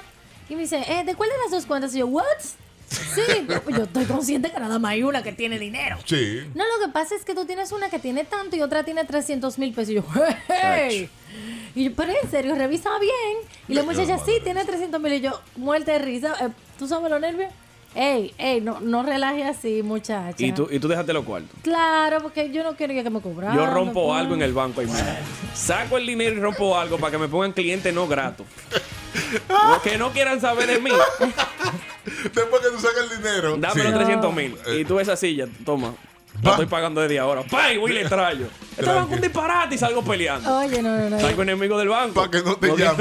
B: y me dice, eh, ¿de cuál de las dos cuentas? Y yo, ¿what? Sí, yo estoy consciente que nada más hay una que tiene dinero.
D: Sí.
B: No, lo que pasa es que tú tienes una que tiene tanto y otra tiene 300 mil pesos. Y yo, ¡hey! Y yo, pero en serio, revisa bien. Y la
D: Yo,
B: muchacha, sí, tiene 300 mil. Y yo, muerte de risa. eh, ¿Tú sabes los nervios? Ey, ey, no, no relaje así, muchacha.
C: Y tú, y tú déjate los cuartos.
B: Claro, porque yo no quería que me cobraran.
D: Ah,
C: Yo rompo algo en el banco ahí mismo. Saco el dinero y rompo algo para que me pongan cliente no grato. Los que no quieran saber de mí.
D: Ah. Después que tú sacas el dinero.
C: Dame los
D: Sí. Ah, eh.
C: 300 mil. Y tú esa silla, toma. La estoy pagando desde ahora. ¡Pay! Voy y le traigo. Este banco es un disparate y salgo peleando.
B: Oye, no, no, no.
C: Salgo enemigo del banco. Para
D: que no te
C: llamen.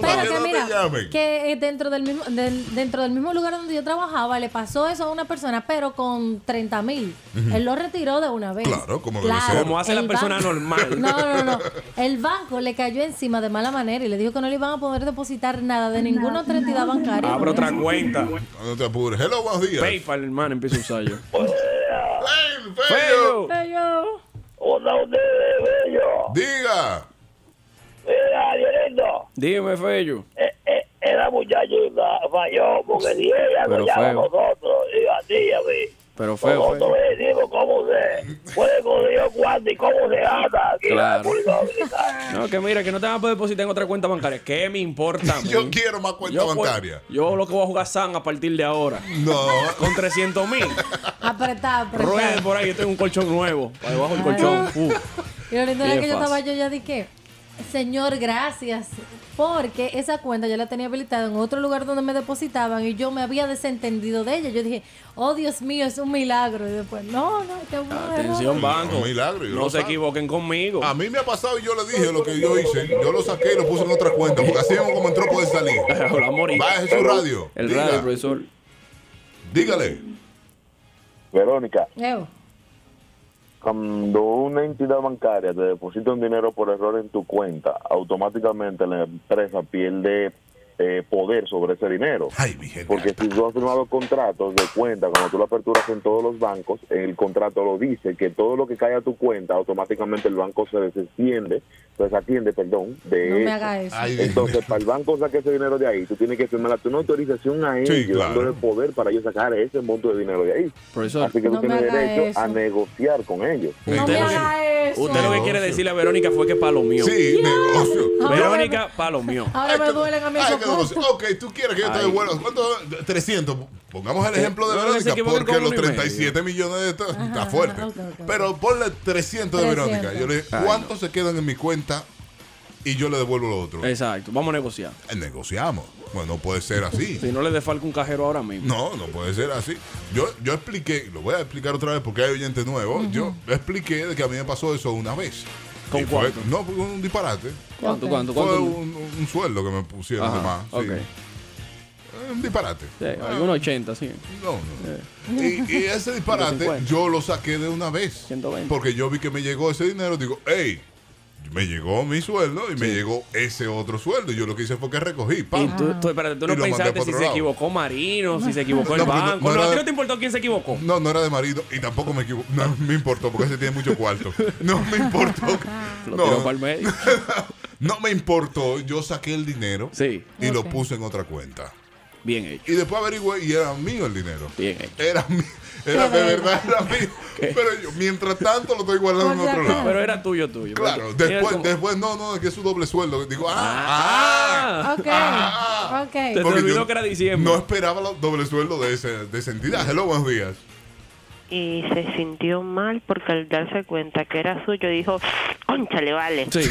B: Pero que mira, que eh, dentro del mismo del- dentro del mismo lugar donde yo trabajaba le pasó eso a una persona, pero con 30 mil.
C: Ujú.
B: Él lo retiró de una vez.
C: Claro, como
B: debe Claro, ser.
C: Como hace la
B: el
C: persona
B: banco.
C: normal.
B: No, no, no. El banco le cayó encima de mala manera y le dijo que no le iban a poder depositar nada de ninguna otra entidad bancaria.
C: Abro otra cuenta.
D: No te apures. Hello, buenos días.
C: PayPal, hermano, empiezo a usar yo.
D: Bello.
B: Bello.
T: Hola, ustedes, bello.
D: Diga.
T: Mira, Dionisio,
C: Dime, Fello.
T: eh, era muchachita, falló porque si ella
C: Pero
T: nos llama a
C: feo.
T: nosotros, y a ti y a mí,
C: Pero
D: Oh,
C: feo,
T: nosotros
C: feo.
T: le decimos cómo se puede correr cuánto y cómo se ata aquí en la
C: Claro.
T: República Dominicana.
C: No, que mira, que no te van a poder depositar en otra cuenta bancaria. ¿Qué me importa? yo
D: quiero más cuenta bancaria.
C: Yo lo que voy a jugar San a partir de ahora.
D: No.
C: Con 300 mil.
B: Apretá, apretá.
C: Rueden por ahí, yo tengo un colchón nuevo. Para debajo del colchón. Uh.
B: Y lo lindo era
C: Qué
B: que yo
C: fácil.
B: estaba yo ya dije, señor, gracias. Porque esa cuenta yo la tenía habilitada en otro lugar donde me depositaban y yo me había desentendido de ella. Yo dije, oh Dios mío, es un milagro. Y después, no, no, qué bueno.
C: Atención, banco.
D: Un milagro, yo
C: no
D: lo
C: se
D: saco.
C: equivoquen conmigo.
D: A mí me ha pasado y yo le dije lo que yo hice. Yo lo saqué y lo puse en otra cuenta. Porque así mismo como entró puede salir.
C: Hablamos ahorita.
D: Baje su radio.
C: El
D: Diga.
C: radio, profesor.
D: Dígale.
K: Verónica,
B: Ew.
K: cuando una entidad bancaria te deposita un dinero por error en tu cuenta, automáticamente la empresa pierde eh, poder sobre ese dinero. Porque si tú has firmado contratos de cuenta, cuando tú lo aperturas en todos los bancos, el contrato lo dice que todo lo que cae a tu cuenta, automáticamente el banco se desciende, desatiende, perdón, de
B: No me
K: eso.
B: haga eso. Ay, Dios
K: Entonces, para el banco sacar ese dinero de ahí, tú tienes que firmar una autorización a ellos,
D: Sí, claro.
K: dándole poder para ellos sacar ese monto de dinero de ahí. Así que
B: No
K: tú
B: me
K: tienes
B: haga
K: derecho
B: eso.
K: a negociar con ellos.
C: Usted, lo que, usted lo que quiere decirle a Verónica fue que palo mío.
D: Sí, negocio.
C: Verónica, palo mío.
B: Ahora me duelen a mí
D: Ay,
B: esos
D: qué doloroso.
B: costos.
D: Ok, tú quieres que yo te
C: Ay.
D: devuelva. ¿Cuánto? 300. Pongamos el
C: Eh,
D: ejemplo de
C: no, no, se
D: Verónica
C: equivocan
D: porque
C: con
D: los
C: uno y medio.
D: 37 millones de esto está fuerte. Pero ponle 300 de
C: 300.
D: Verónica. Yo le dije,
C: Ay,
D: ¿cuántos se quedan en mi cuenta? Y yo le devuelvo lo otro.
C: Exacto, vamos a negociar.
D: negociamos. Bueno, no puede ser así.
C: Si no le defalco un cajero ahora mismo.
D: No, no puede ser así. Yo, yo expliqué, lo voy a explicar otra vez porque hay oyentes nuevos. Yo expliqué de que a mí me pasó eso una vez.
C: ¿Con
D: Y fue-
C: cuánto?
D: No, fue un disparate.
C: ¿Cuánto, Ok. cuánto,
D: Fue
C: cuánto?
D: un, un sueldo que me pusieron
C: Ajá,
D: de más. sí.
C: ok.
D: Eh, Un disparate.
C: Sí,
D: Ah,
C: algún 80, sí.
D: No, no. Y, y ese disparate
C: 150.
D: yo lo saqué de una vez. Porque yo vi que me llegó ese dinero. Digo, hey, me llegó mi sueldo y me llegó ese otro sueldo. Y yo lo que hice fue que recogí. pam.
C: Y tú, tú, espérate, tú
D: Y
C: no
D: lo mandé
C: pensaste
D: para
C: si
D: otro
C: se
D: lado.
C: equivocó Marino, si se equivocó
D: No,
C: el
D: porque no-
C: banco.
D: no
C: No,
D: era-
C: ¿A ti no te importó quién se equivocó?
D: No, no era de marido y tampoco me equivoco. No me importó porque ese tiene mucho cuarto. No me importó.
C: Lo
D: no,
C: tiró para el medio.
D: no me importó. Yo saqué el dinero y lo
C: Ok.
D: puse en otra cuenta.
C: Bien hecho.
D: Y después averigüé y era mío el dinero.
C: Bien hecho.
D: Era mío. Era
C: Qué
D: de
C: bueno.
D: verdad, era mío. Pero yo, mientras tanto, lo estoy guardando en otro lado.
C: Pero era tuyo, tuyo.
D: Claro,
C: Porque- mira
D: después,
C: cómo-
D: después no, no, es que es su doble sueldo. Digo, ah, ah,
C: Ah.
B: Ok,
D: ah.
B: ok.
C: Te
D: Porque
C: olvidó
D: yo
C: que era diciembre.
D: No esperaba el doble sueldo de, ese, de esa entidad. Hello, buenos días.
J: y se sintió mal porque al darse cuenta que era suyo dijo, concha, le vale.
C: Sí,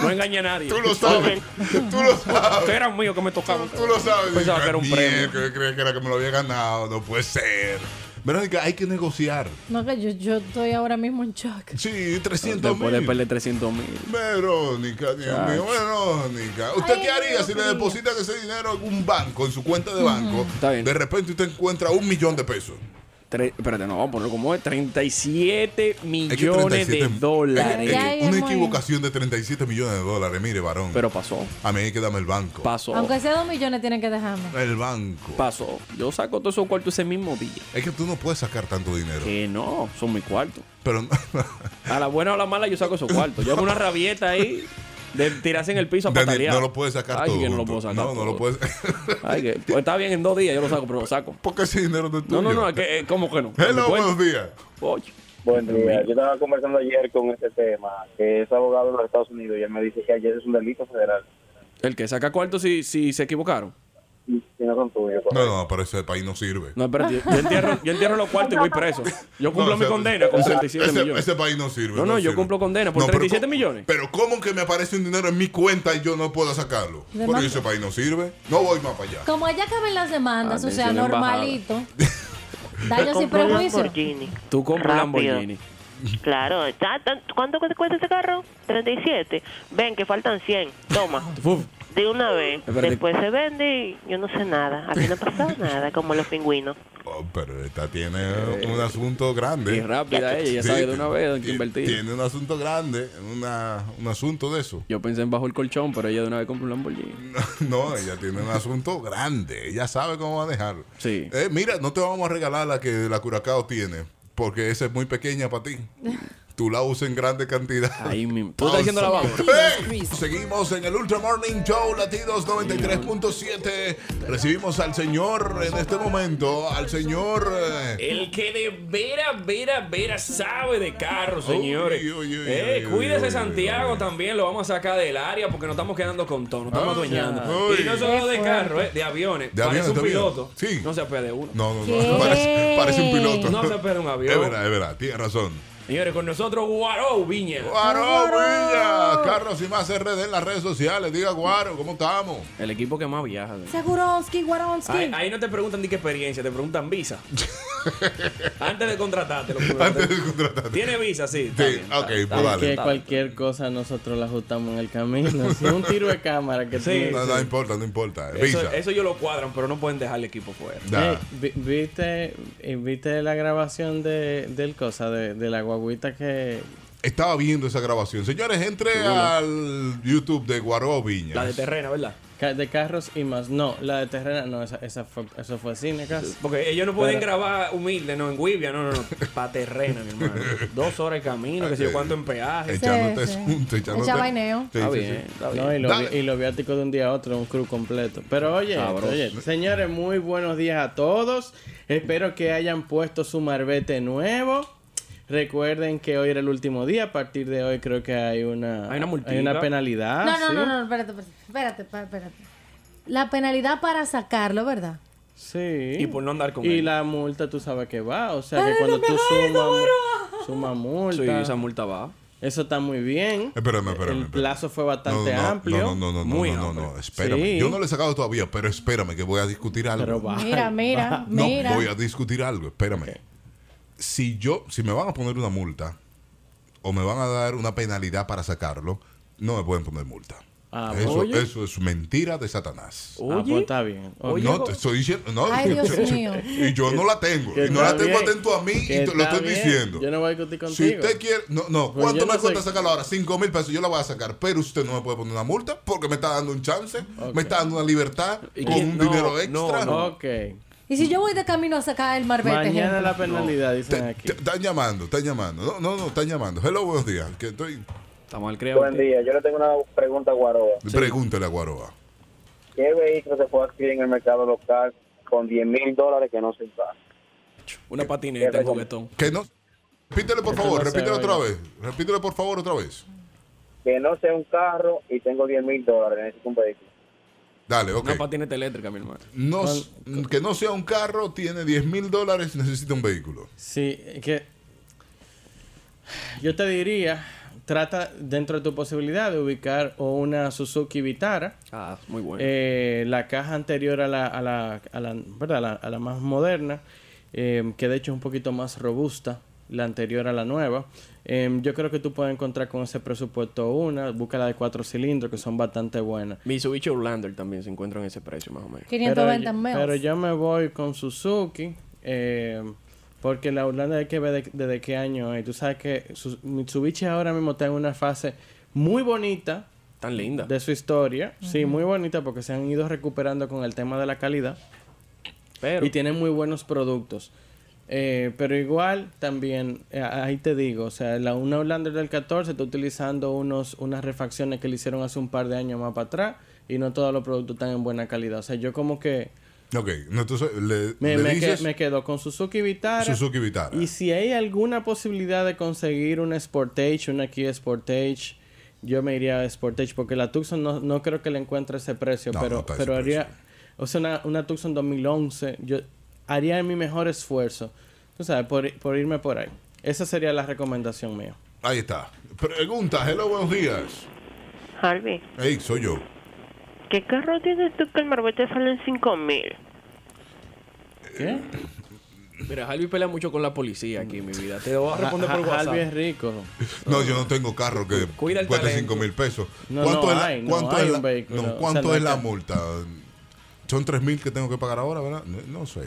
C: no engañé a nadie.
D: Tú lo sabes. Tú lo sabes.
C: Era mío que me tocaba.
D: Tú lo sabes.
C: Pensaba que era un premio.
D: Que creía que era que me lo había ganado. No puede ser. Verónica, hay que negociar.
B: No, que yo, yo estoy ahora mismo en shock.
D: Sí, 300
C: Después de
D: mil.
C: perder 300 mil.
D: Verónica, Dios
C: Chacho.
D: mío, Verónica. ¿Usted
B: Ay,
D: qué haría si le
B: Dios mío.
D: depositan ese dinero en un banco, en su cuenta
C: Mm,
D: de banco? De repente usted encuentra un millón de pesos.
C: Tre- espérate, no, vamos a ponerlo como es. 37 millones
D: que 37
C: de dólares.
D: Es que una equivocación de 37 millones de dólares, mire, varón. Pero
C: pasó.
D: A mí hay que darme el banco.
C: Pasó.
B: Aunque sea dos millones, tienen que dejarme.
D: El banco.
C: Pasó. Yo saco todos esos cuartos ese mismo día.
D: Es que tú no puedes sacar tanto dinero.
C: Que no, son mis cuartos.
D: Pero
C: a la buena o a la mala yo saco esos cuartos. Yo hago una rabieta ahí de tirarse en el piso a
D: Dani,
C: patalear.
D: no lo puedes sacar
C: Ay,
D: todo
C: que no lo
D: junto.
C: puedo sacar.
D: No, no lo
C: todo.
D: puedes-
C: Ay, que pues, está bien en dos días yo lo saco, pero lo saco.
D: Porque ese dinero no es
C: No, no,
D: tuyo.
C: no, es que, eh, ¿cómo que no?
D: Hello,
C: Después-
D: buenos días.
C: Oye.
K: Buen día. Yo estaba conversando ayer con este tema, que es abogado de los Estados Unidos y él me dice que ayer es un delito federal.
C: El que saca cuartos si, si se equivocaron.
K: Si no son tuyos.
D: No, no, pero ese país no sirve.
C: No, espérate, yo, yo entierro, yo entierro los cuartos y voy preso. Yo cumplo
D: No,
C: mi
D: ese-
C: condena con
D: ese-
C: 37
D: ese-
C: millones.
D: Ese país no sirve.
C: No, no, yo
D: sirve.
C: cumplo condena por
D: No, pero
C: 37 millones.
D: Pero ¿cómo que me aparece un dinero en mi cuenta y yo no puedo sacarlo?
B: Demanda.
D: Porque ese país no sirve. No voy más para allá.
B: Como allá caben las demandas, o sea,
C: Atención, embajada.
B: normalito. Daño sin
J: Compró un
B: prejuicio.
J: Lamborghini.
C: Tú compras un
J: Rápido.
C: Lamborghini.
J: Claro, ta- ta- ¿cuánto cu- cuesta ese carro? 37. Ven, que faltan 100. Toma.
C: Uf.
J: De una vez.
D: Espérate.
J: Después se vende y yo no sé nada. Aquí no ha pasado nada, como los pingüinos.
D: Oh, pero esta tiene un asunto grande.
C: Eh, y rápida ella, ya sabe de una vez en qué
D: ti-
C: invertir.
D: Tiene un asunto grande, una, un asunto de eso.
C: Yo pensé en bajo el colchón, pero ella de una vez compró un Lamborghini.
D: No, ella tiene un asunto grande. Ella sabe cómo manejarlo.
C: Sí.
D: Eh, mira, no te vamos a regalar la que la Curacao tiene, porque esa es muy pequeña para ti. Tú la usas en grande cantidad.
C: Ahí mismo. Tú estás diciendo la vaga.
D: Ey, Seguimos en el Ultra Morning Show Latidos 93.7. Recibimos al señor en este momento, al señor. eh,
C: El que de vera, vera, vera sabe de carros,
D: Uy,
C: señores.
D: uy, uy, uy,
C: Eh,
D: uy,
C: cuídese
D: uy,
C: Santiago también, lo vamos a sacar del área porque nos estamos quedando con todo, nos
D: Ah,
C: estamos adueñando.
D: uy.
C: Y no solo
D: Qué
C: de
D: fuerte.
C: carros, eh, de aviones.
D: De aviones
C: parece un
D: también.
C: piloto. No se apea de uno.
D: No, no,
C: ¿Qué?
D: no. Parece, parece un piloto.
C: No se apea un avión.
D: Es verdad, es verdad. Tienes razón.
C: Señores, con nosotros Guaró Viña.
D: Guaro Villa, Carlos y más RD en las redes sociales. Diga Guaro, ¿cómo estamos?
C: El equipo que más viaja. güey.
B: Seguronsky, Waronsky.
C: Ahí, ahí no te preguntan ni qué experiencia, te preguntan visa. Antes de contratarte.
D: Antes de contratarte.
C: Tiene visa, sí. está
D: Sí,
C: bien, está
D: ok,
C: bien,
D: pues
C: está bien,
D: dale.
S: Que
C: está bien.
S: cualquier cosa nosotros la ajustamos en el camino. Si un tiro de cámara que
C: Sí,
S: tiene-
D: No, no importa, no importa.
C: Eso,
D: Visa.
C: eso ellos lo cuadran, pero no pueden dejar el equipo fuera.
D: Da.
S: Eh, vi- ¿viste, eh, ¿Viste la grabación de, del cosa, de, de la guaguita que...
D: Estaba viendo esa grabación. Señores, entre al YouTube de Guaro Viña.
C: La de terreno, ¿verdad?
S: ca- de carros y más? No, la de Terrena, no, esa, esa fue, eso fue cine casi.
C: Porque ellos no pueden
S: Pero-
C: grabar humilde, no, en Wibia, no, no, no. Pa' terreno, mi hermano. Dos horas de camino, que sé yo cuánto en peaje.
S: Echándote Sí, sí. asunto, echándote- Echa
B: ¿eh?
S: vaineo.
C: Está
S: Sí, sí,
C: bien,
S: sí.
C: está bien.
S: No, y, lo, vi- y lo viático de un día a otro, un crew completo. Pero oye, esto,
C: Sabroso.
S: oye, señores, muy buenos días a todos. Espero que hayan puesto su marbete nuevo. Recuerden que hoy era el último día. A partir de hoy creo que hay una,
C: Hay una multita.
S: penalidad.
B: no, no,
S: Ah, ¿sí?
B: no, no, espérate, espérate, espérate, pa- espérate. La penalidad para sacarlo, ¿verdad?
S: Sí.
C: Y por no andar con
S: Y
C: él.
S: la multa tú sabes que va. O sea,
B: Ay,
S: que cuando
B: no
S: tú
B: me jodas,
S: sumas, mu- sumas multa.
C: Sí, esa multa va.
S: Eso está muy bien.
D: Espérame, espérame.
S: El
D: espérame.
S: plazo fue
D: No,
S: bastante
D: no, no,
S: amplio.
D: No, no, no, no,
S: Muy
D: no, no, no,
S: amplio.
D: espérame.
S: Sí.
D: Yo no le he sacado todavía, pero espérame que voy a discutir algo.
B: Mira, mira,
D: No,
B: mira.
D: voy a discutir algo, espérame. Si yo, si me van a poner una multa o me van a dar una penalidad para sacarlo, no me pueden poner multa.
S: Ah,
D: Eso,
S: oye.
D: eso es mentira de Satanás.
S: Ah, pues está bien. Oye.
D: no, te estoy diciendo. no,
S: Ay, Dios
D: yo- yo-
S: mío.
D: Y yo no la tengo.
S: Que
D: Y no la
S: está
D: tengo
S: bien.
D: atento a mí y
S: Que
D: te- lo
S: está
D: estoy
S: bien.
D: diciendo.
S: Yo no voy a discutir contigo.
D: Si usted quiere, no, no,
S: Pues
D: ¿cuánto
S: yo
D: me
S: no
D: cuesta
S: soy-
D: sacarlo ahora? Cinco mil pesos, yo la voy a sacar, pero usted no me puede poner una multa porque me está dando un chance, me está dando una libertad con
S: quién-
D: un
S: no,
D: dinero
S: no,
D: extra.
S: no. Ok.
B: Y si yo voy de camino a sacar el marbete. ejemplo?
D: dicen aquí. Están llamando, están llamando. No, no, no, están llamando. Hello, buenos días. Que estoy...
C: Está mal
K: Buen día. Yo le tengo una pregunta a Guaroa.
D: Pregúntale a Guaroa.
K: ¿Qué vehículo se puede adquirir en el mercado local con 10 mil dólares que no se usa?
C: Una patineta, un juguetón.
D: Que no. Repítele, por
C: Eso
D: favor,
C: no se
D: repítele
C: oye.
D: otra vez. Repítele, por favor, otra vez.
K: Que no sea un carro y tengo 10 mil dólares. Necesito un vehículo.
D: Dale, ok.
O: Una patineta eléctrica, mi hermano.
D: No s- que no sea un carro, tiene 10 mil dólares, necesita un vehículo.
S: Sí, es que yo te diría, trata dentro de tu posibilidad de ubicar o una Suzuki Vitara.
O: Ah, muy bueno.
S: Eh, la caja anterior a la, a la, a la- ¿verdad? A la- a la más moderna, eh, que de hecho es un poquito más robusta, la anterior a la nueva. Eh, yo creo que tú puedes encontrar con ese presupuesto una, busca la de cuatro cilindros, que son bastante buenas.
O: Mitsubishi Outlander también se encuentra en ese precio, más o menos.
S: 520
B: 520 miles.
S: Pero yo me voy con Suzuki, eh, porque la Holanda hay que ver de- desde qué año es. Tú sabes que su- Mitsubishi ahora mismo está en una fase muy bonita.
O: Tan linda.
S: De su historia. Sí, muy bonita porque se han ido recuperando con el tema de la calidad.
O: Pero-
S: Y tienen muy buenos productos. Eh, pero igual también, eh, ahí te digo, o sea, la una Holander del 14 está utilizando unos, unas refacciones que le hicieron hace un par de años más para atrás y no todos los productos están en buena calidad. O sea, yo como que
D: Ok, no, entonces le,
S: me,
D: le
S: me que-
D: dices
S: me quedo con Suzuki Vitara.
D: Suzuki Vitara.
S: Y si hay alguna posibilidad de conseguir una Sportage, una Kia Sportage, yo me iría a Sportage porque la Tucson no, no creo que le encuentre ese precio,
D: No,
S: pero,
D: no está ese
S: pero haría, o sea, una, una Tucson 2011, yo haría mi mejor esfuerzo, tú sabes, por, por irme por ahí. Esa sería la recomendación mía.
D: Ahí está. Pregunta, hello, buenos días.
U: Harvey,
D: Hey, soy yo.
U: ¿qué carro tienes tú que el marbete sale en 5 mil?
S: ¿Qué?
O: Mira, Harvey pelea mucho con la policía aquí en mi vida. Te voy a responder por
S: Ja- ja-
O: WhatsApp.
S: Harvey es rico.
D: No, yo no tengo carro que
O: Cuida el
D: cueste
O: talento.
D: 5 mil pesos.
S: No,
D: ¿Cuánto
S: no
D: es la,
S: hay, no
D: cuánto
S: hay
D: es la-
S: un vehículo.
D: no,
S: O sea,
D: ¿cuánto
S: no
D: es
S: hay
D: la
S: ca-
D: multa? Son 3 mil que tengo que pagar ahora, ¿verdad? No, no sé.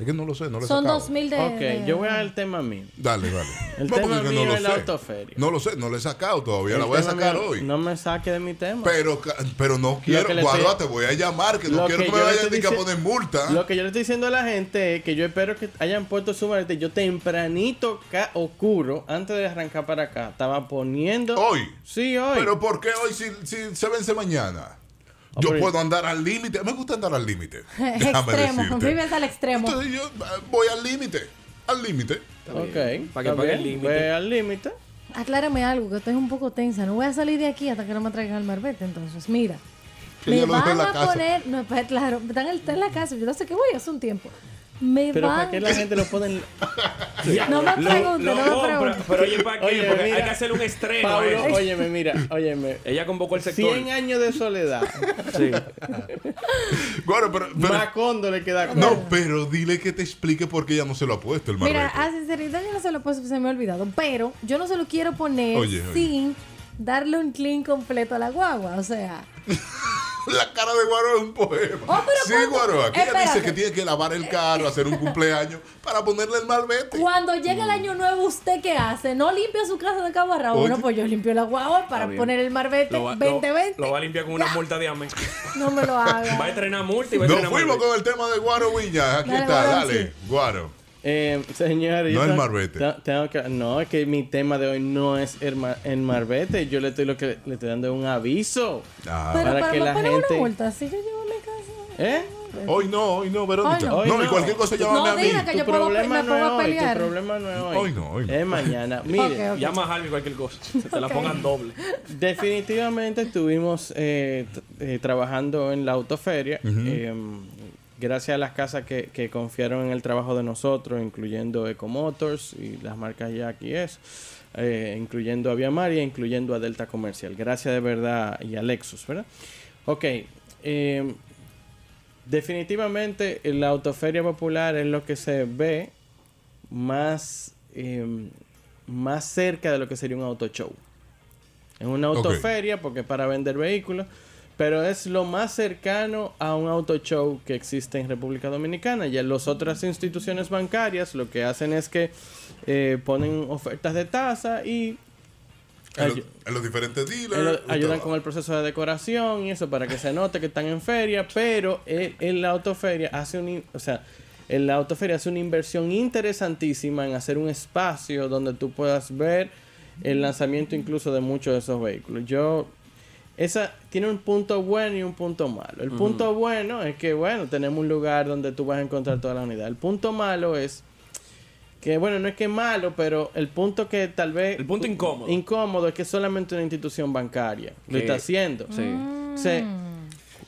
D: Es que no lo sé, no lo he
B: Son
D: sacado.
B: 2.000 de-
S: Ok,
B: de-
S: yo voy al tema mío.
D: Dale, dale.
S: El
D: No, porque
S: tema
D: es que
S: mío
D: no lo
S: es la
D: sé.
S: autoferia.
D: No lo sé, no lo he sacado todavía.
S: El
D: la voy a
S: tema
D: sacar
S: mío-
D: hoy.
S: No me saque de mi tema.
D: Pero, ca- pero no quiero,
S: que le
D: Guarda,
S: estoy-
D: te voy a llamar, que no
S: Lo
D: quiero que,
S: yo
D: me
S: le
D: vayan
S: estoy
D: ni que a
S: dici-
D: poner multa.
S: Lo que yo le estoy diciendo a la gente es que yo espero que hayan puesto su maleta. Yo tempranito ca oscuro, antes de arrancar para acá, estaba poniendo.
D: Hoy.
S: Sí, hoy.
D: Pero ¿por qué hoy si, si se vence mañana? Yo puedo andar al límite. Me gusta andar al límite. Déjame
B: extremo,
D: decirte.
B: vives al extremo.
D: Entonces yo eh, voy al límite. Al límite.
S: Ok. Para
D: que pague el límite.
S: al límite.
B: Aclárame algo, que estoy un poco tensa. No voy a salir de aquí hasta que no me traigan el marbete, entonces. Mira.
D: Que
B: Me
D: ya lo dejó
B: van
D: en la
B: a
D: casa.
B: poner... No, pa- claro, está en, el- está en la casa. Yo no sé qué voy hace un tiempo. Me
S: Pero
B: van...
S: para que la gente lo ponen.
B: No me pregunte, no me pregunte.
O: Pero oye, ¿para qué?
S: Oye,
O: Porque hay
S: mira,
O: que hacer un estreno. a
S: Pablo,
O: eso.
S: óyeme, mira, óyeme.
O: Ella convocó el sector.
S: 100 años de soledad.
O: Sí.
D: Bueno, pero, pero-
S: Macondo le queda con.
D: no, pero dile que te explique por qué ya no se lo ha puesto el
B: Mira, ah.
D: marbete.
B: a sinceridad yo no se lo puse, se me ha olvidado. Pero yo no se lo quiero poner
D: Oye, oye.
B: sin darle un clean completo a la guagua. O sea,
D: La cara de Guaro es un poema. sí, Guaro, aquí ella dice
B: Oh, Espérate.
D: que tiene que lavar el carro, hacer un cumpleaños para ponerle el malvete.
B: cuando llega
D: Mm.
B: el año nuevo, ¿usted qué hace? ¿No limpia su casa de cabo a rabo?
O: Oye.
B: Bueno, pues yo limpio la guagua para
O: Está bien.
B: poner el marbete
O: Lo va, lo-
B: 2020.
O: lo va a limpiar con una multa de AME.
B: No me lo
O: Va a
B: haga.
O: entrenar multa y va a
D: No
O: entrenar
D: fuimos con el tema de Guaro Viñas. Aquí
B: Dale,
D: está,
B: Guaro,
D: dale, Guaro.
S: Eh, señores,
D: No
S: yo
D: el
S: tengo-
D: marbete.
S: te- Tengo que, no, es que mi tema de hoy no es el, ma- el marbete. Yo le estoy, lo que, le estoy dando un aviso.
D: Ah.
B: Pero
S: Ah, para,
B: para
S: que
B: me
S: la
B: ponen
S: gente.
B: una multa, si yo llevo a mi casa.
S: ¿Eh?
D: Hoy no, hoy no, Verónica.
S: Hoy
D: no, y cualquier cosa llámame
B: No
D: a mí.
B: diga que
S: Tu
B: yo puedo-
S: problema
B: me
S: no
B: pongo
S: es
B: a
S: hoy,
B: pelear.
S: tu problema no es hoy.
D: Hoy no, hoy no.
S: Es mañana. Mire,
B: Ok, ok.
O: Llama a Harvey cualquier cosa. Que te la pongan doble.
S: definitivamente estuvimos eh, t- eh, trabajando en la autoferia.
O: Ujú.
S: eh, gracias a las casas que, que confiaron en el trabajo de nosotros, incluyendo Ecomotors y las marcas Jack y eso. eh, incluyendo a Via Maria, incluyendo a Delta Comercial. Gracias de verdad y a Lexus, ¿verdad? Ok. eh, definitivamente eh, la autoferia popular es lo que se ve más, eh, más cerca de lo que sería un auto show. Es una
A: Ok.
S: autoferia porque es para vender vehículos, pero es lo más cercano a un auto show que existe en República Dominicana. Ya las otras instituciones bancarias lo que hacen es que eh, ponen ofertas de tasa y
D: En, los, en los diferentes dealers.
S: eh, lo-
D: usted
S: ayudan
D: va.
S: con el proceso de decoración y eso para que se note que están en feria, pero el- en la autoferia hace un, in- o sea, en la autoferia hace una inversión interesantísima en hacer un espacio donde tú puedas ver el lanzamiento incluso de muchos de esos vehículos. Yo esa tiene un punto bueno y un punto malo. El
A: Ujú.
S: punto bueno es que bueno, tenemos un lugar donde tú vas a encontrar toda la unidad. El punto malo es que bueno, no es que es malo, pero el punto que tal vez... El punto incómodo. Incómodo es que solamente una institución bancaria lo
O: Que-
S: está haciendo.
O: Sí.
S: O sea,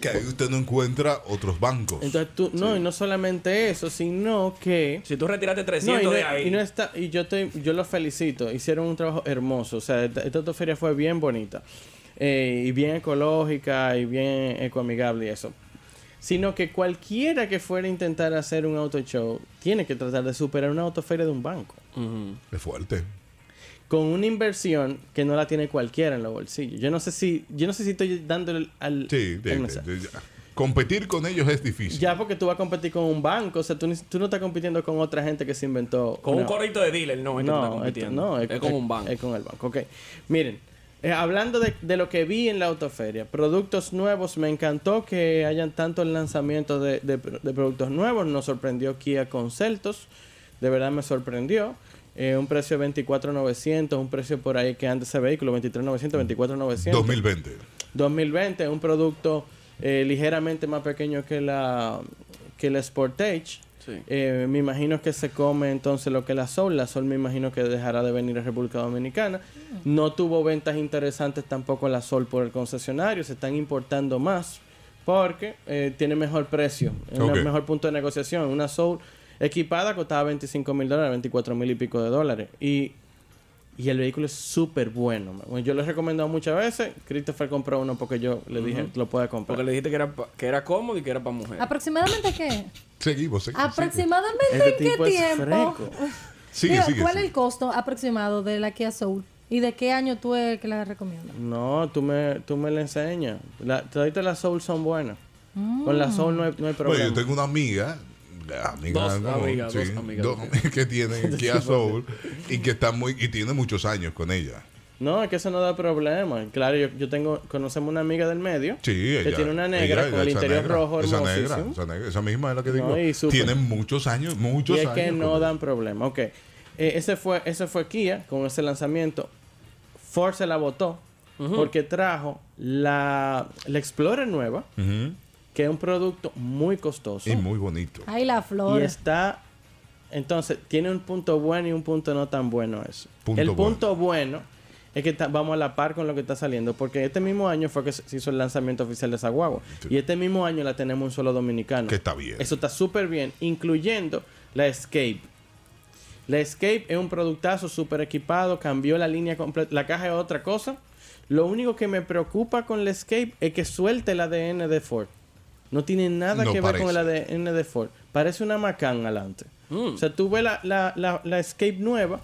D: Que ahí usted no encuentra otros bancos.
S: Entonces tú, no, y no solamente eso, sino que.
O: Si tú retiraste
S: no,
O: 300
S: y no-
O: de ahí.
S: Y, no está, y yo, te, yo los felicito. Hicieron un trabajo hermoso. O sea, esta, esta feria fue bien bonita. Eh, y bien ecológica y bien ecoamigable y eso. Sino que cualquiera que fuera a intentar hacer un auto show tiene que tratar de superar una autoferia de un banco.
D: Es fuerte.
S: Con una inversión que no la tiene cualquiera en los bolsillos. Yo no sé si, yo no sé si estoy dando el- al,
D: Sí, de-
S: al
D: de-
S: mensaje.
D: de- ya. competir con ellos es difícil.
S: Ya porque tú vas a competir con un banco, o sea, tú, ni- tú no estás compitiendo con otra gente que se inventó.
O: Con un
S: una-
O: corrito de dealer, no, es que tú estás
S: no, esto-
O: compitiendo.
S: no,
O: es, con un banco.
S: Es con el banco, ok. Miren, eh, hablando de, de lo que vi en la autoferia, productos nuevos, me encantó que hayan tanto el lanzamiento de, de- de productos nuevos. Nos sorprendió Kia con Celtos, de verdad me sorprendió. Eh, un precio de 24.900, un precio por ahí que antes ese vehículo, 23.900, 24.900.
D: 2020.
S: 2020, un producto eh, ligeramente más pequeño que la, que la Sportage. Eh, me imagino que se come entonces lo que es la Sol. La Sol me imagino que dejará de venir a República Dominicana. No tuvo ventas interesantes tampoco la Sol por el concesionario. Se están importando más porque eh, tiene mejor precio, es un
D: Ok.
S: mejor punto de negociación. Una Soul equipada costaba 25 mil dólares, 24 mil y pico de dólares. Y y el vehículo es súper bueno. man. Bueno, Yo lo he recomendado muchas veces. Christopher compró uno porque yo le dije
O: Ujú.
S: lo puede comprar.
O: Porque le dijiste que era, pa- que era cómodo y que era para mujeres.
B: ¿Aproximadamente qué?
D: Seguimos,
B: ¿Aproximadamente
O: Este
B: en qué
O: tipo es
B: tiempo?
D: Sigue,
B: Digo,
S: sigue,
B: ¿Cuál
S: sigue.
B: es el costo aproximado de la Kia Soul? ¿Y de qué año tú es que la recomiendas?
S: No, tú me, tú me la enseñas. La, todavía las Soul son buenas. Con la Soul no hay, no hay
D: Bueno,
S: problema.
D: yo tengo una amiga, la amiga
S: Dos
D: no,
S: amigas,
D: sí,
S: dos amigas.
D: dos amigas que tiene Kia Soul y que está muy y tiene muchos años con ella.
S: No, es que eso no da problema. Claro, yo, yo tengo... Conocemos una amiga del medio.
D: Sí, ella.
S: Que tiene una negra
D: ella,
S: con el
D: esa
S: interior
D: negra,
S: rojo
D: esa
S: hermosísimo.
D: negra, esa negra, esa misma es la que
S: No,
D: digo.
S: y súper.
D: tiene muchos años, muchos
S: y es
D: años.
S: que no
D: con-
S: dan problema. Ok. Eh, ese, fue, ese fue Kia con ese lanzamiento. Ford se la votó
O: Ujú.
S: porque trajo la, la Explorer nueva,
D: Ujú.
S: que es un producto muy costoso.
D: Y muy bonito.
B: Ay, la
S: Y
B: flor.
S: está. Entonces, tiene un punto bueno y un punto no tan bueno eso.
D: Punto
S: el
D: bueno.
S: punto bueno es que ta- vamos a la par con lo que está saliendo, porque este mismo año fue que se se hizo el lanzamiento oficial de esa guagua. Y este mismo año la tenemos un solo dominicano. Que
D: está bien.
S: Eso está súper bien, incluyendo la Escape. La Escape es un productazo súper equipado, cambió la línea completa. La caja es otra cosa. Lo único que me preocupa con la Escape es que suelte el ADN de Ford. No tiene nada
D: No
S: que ver con el
D: parece.
S: ADN de Ford. Parece una Macan adelante.
O: Mm.
S: O sea, tú ves la, la, la, la Escape nueva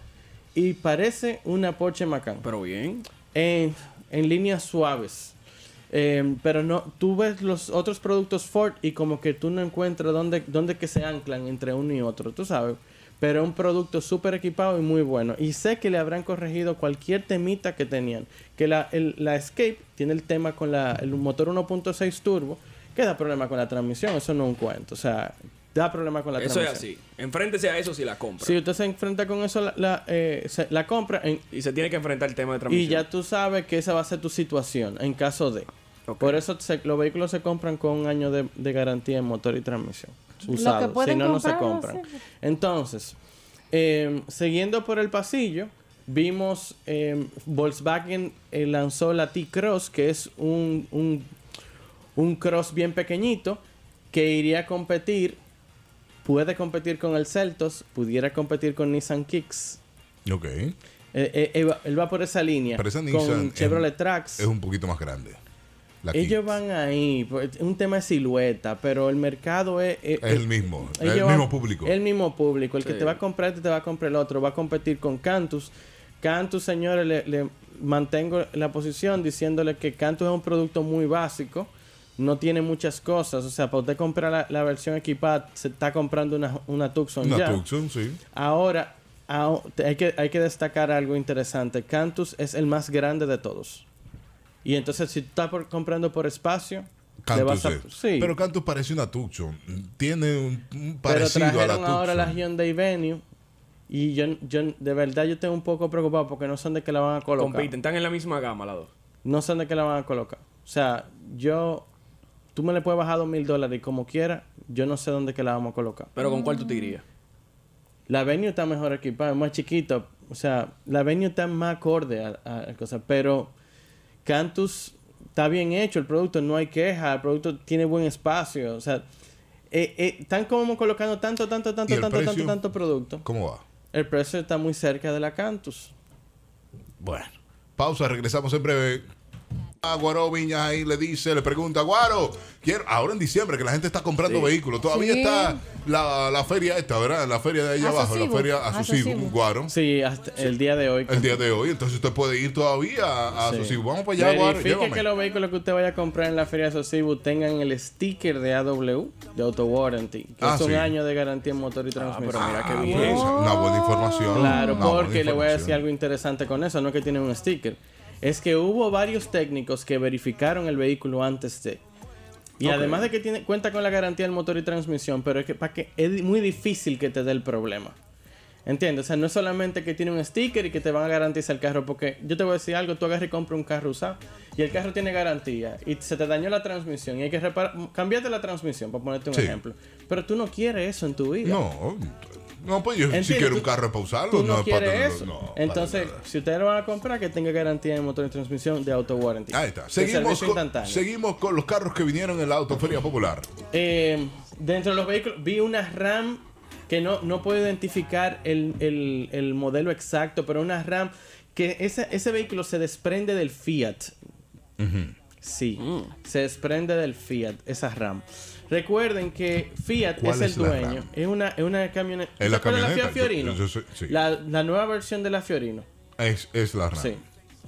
S: y parece una Porsche Macan.
O: Pero bien.
S: En, en líneas suaves. Eh, pero no, tú ves los otros productos Ford y como que tú no encuentras dónde, dónde que se anclan entre uno y otro, tú sabes. Pero es un producto súper equipado y muy bueno. Y sé que le habrán corregido cualquier temita que tenían. Que la, el- la Escape tiene el tema con la, el motor 1.6 turbo, que da problema con la transmisión. Eso no es un cuento. O sea, da problema con la
O: Eso es
S: transmisión.
O: así. Enfréntese a eso si la compra.
S: Si usted se enfrenta con eso, la, la, eh, se- la compra en-
O: Y se tiene que enfrentar el tema de
S: y
O: transmisión.
S: ya tú sabes que esa va a ser tu situación en caso de. Por eso se- los vehículos se compran con un año de, de garantía en motor y transmisión.
B: Lo que
S: Usados. Si
B: pueden
S: no, no se
B: comprar,
S: compran.
B: sí.
S: Entonces, eh, siguiendo por el pasillo, vimos eh, Volkswagen eh, lanzó la T-Cross, que es un, un, un cross bien pequeñito que iría a competir. Puede competir con el Celtos, pudiera competir con Nissan Kicks.
D: Ok.
S: Eh, eh, él, va, él va por esa línea.
D: Pero esa
S: con
D: Nissan es-
S: Chevrolet Trax.
D: Es un poquito más grande. La Kia.
S: Ellos van ahí. pues, es Un tema de silueta, pero el mercado es.
D: Es el mismo, es el
S: ellos
D: mismo público.
S: El mismo público. El que
D: Sí.
S: te va a comprar este te va a comprar el otro. Va a competir con Cantus. Cantus, señores, le, le mantengo la posición diciéndole que Cantus es un producto muy básico. No tiene muchas cosas. O sea, para usted comprar la, la versión equipada, se está comprando una, una Tucson
D: Una
S: ya.
D: Tucson, sí.
S: Ahora, ao- te- hay, que, hay que destacar algo interesante. Cantus es el más grande de todos. Y entonces, si tú estás por- comprando por espacio, le
D: Cantus,
S: vas a-
D: es.
S: sí.
D: Pero Cantus parece una Tucson. Tiene un, un
S: Pero
D: parecido a la
S: trajeron
D: Tucson.
S: ahora la Hyundai Venue. Y yo, yo, de verdad, yo estoy un poco preocupado porque no sé de qué la van a colocar.
O: Compiten, están en la misma gama las dos.
S: No sé de qué la van a colocar. O sea, yo. Tú me le puedes bajar dos mil dólares y como quiera, yo no sé dónde que la vamos a colocar.
O: Pero ¿con cuál tú te irías?
S: La Venue está mejor equipada, es más chiquita. O sea, la Venue está más acorde a, a, a cosas. Pero Cantus está bien hecho el producto, no hay queja, el producto tiene buen espacio, o sea, eh, eh, están como colocando tanto, tanto, tanto,
D: el
S: tanto, tanto,
D: precio?
S: tanto producto.
D: ¿Cómo va?
S: El precio está muy cerca de la Cantus.
D: Bueno, pausa, regresamos en breve. A Guaro Viñas ahí le dice, le pregunta, Guaro, quiero, ahora en diciembre que la gente está comprando
V: Sí.
D: vehículos, todavía
V: Sí.
D: está la, la feria esta, ¿verdad? La feria de allá abajo, la
V: Asocibu.
D: feria Azusivo,
V: Asocibu.
D: Guaro.
S: Sí, hasta el día de hoy.
D: El día de hoy, entonces usted puede ir todavía a
S: Sí.
D: Azusivo. Vamos para allá, Guaro,
S: Verifique que
D: llévame.
S: los vehículos que usted vaya a comprar en la feria de Sosibu tengan el sticker de AW, de Auto Warranty, que
D: Ah,
S: es un
D: sí.
S: año de garantía en motor y transmisión.
D: Ah, bueno, Una buena información.
S: Claro,
D: una buena
S: porque le voy a
D: información.
S: decir algo interesante con eso, no que tiene un sticker. Es que hubo varios técnicos que verificaron el vehículo antes de. Y
O: Ok.
S: además de que tiene, cuenta con la garantía del motor y transmisión, pero es que, para que es muy difícil que te dé el problema. ¿Entiendes? O sea, no es solamente que tiene un sticker y que te van a garantizar el carro, porque yo te voy a decir algo, tú agarras y compras un carro usado y el carro tiene garantía y se te dañó la transmisión y hay que reparar, cambiarte la transmisión, para ponerte un
D: Sí.
S: ejemplo. Pero tú no quieres eso en tu vida.
D: No, no, pues yo si
S: Entiendo,
D: quiero un
S: tú-
D: carro es para usarlo,
S: Tú
D: no
S: no
D: es
S: quieres
D: para tenerlo,
S: eso.
D: no, para
S: Entonces, si ustedes lo van a comprar, que tenga garantía de motor de transmisión de auto warranty.
D: Ahí está.
S: De
D: Seguimos
S: servicio
D: con,
S: instantáneo.
D: seguimos con los carros que vinieron en la Autoferia Popular.
S: Eh, dentro de los vehículos, vi una RAM que no, no puedo identificar el, el- el modelo exacto, pero una RAM que ese, ese vehículo se desprende del Fiat. Sí, se desprende del Fiat, esa RAM. Recuerden que Fiat
D: ¿Cuál
S: es el
D: es la
S: dueño.
D: RAM?
S: Es una, es una camioneta.
D: Es
S: ¿Se
D: la
S: acuerdan de Fiat
D: camioneta.
S: Fiorino?
D: Yo- yo sé- sí.
S: la, la nueva versión de la Fiorino.
D: Es, es la RAM.
S: Sí.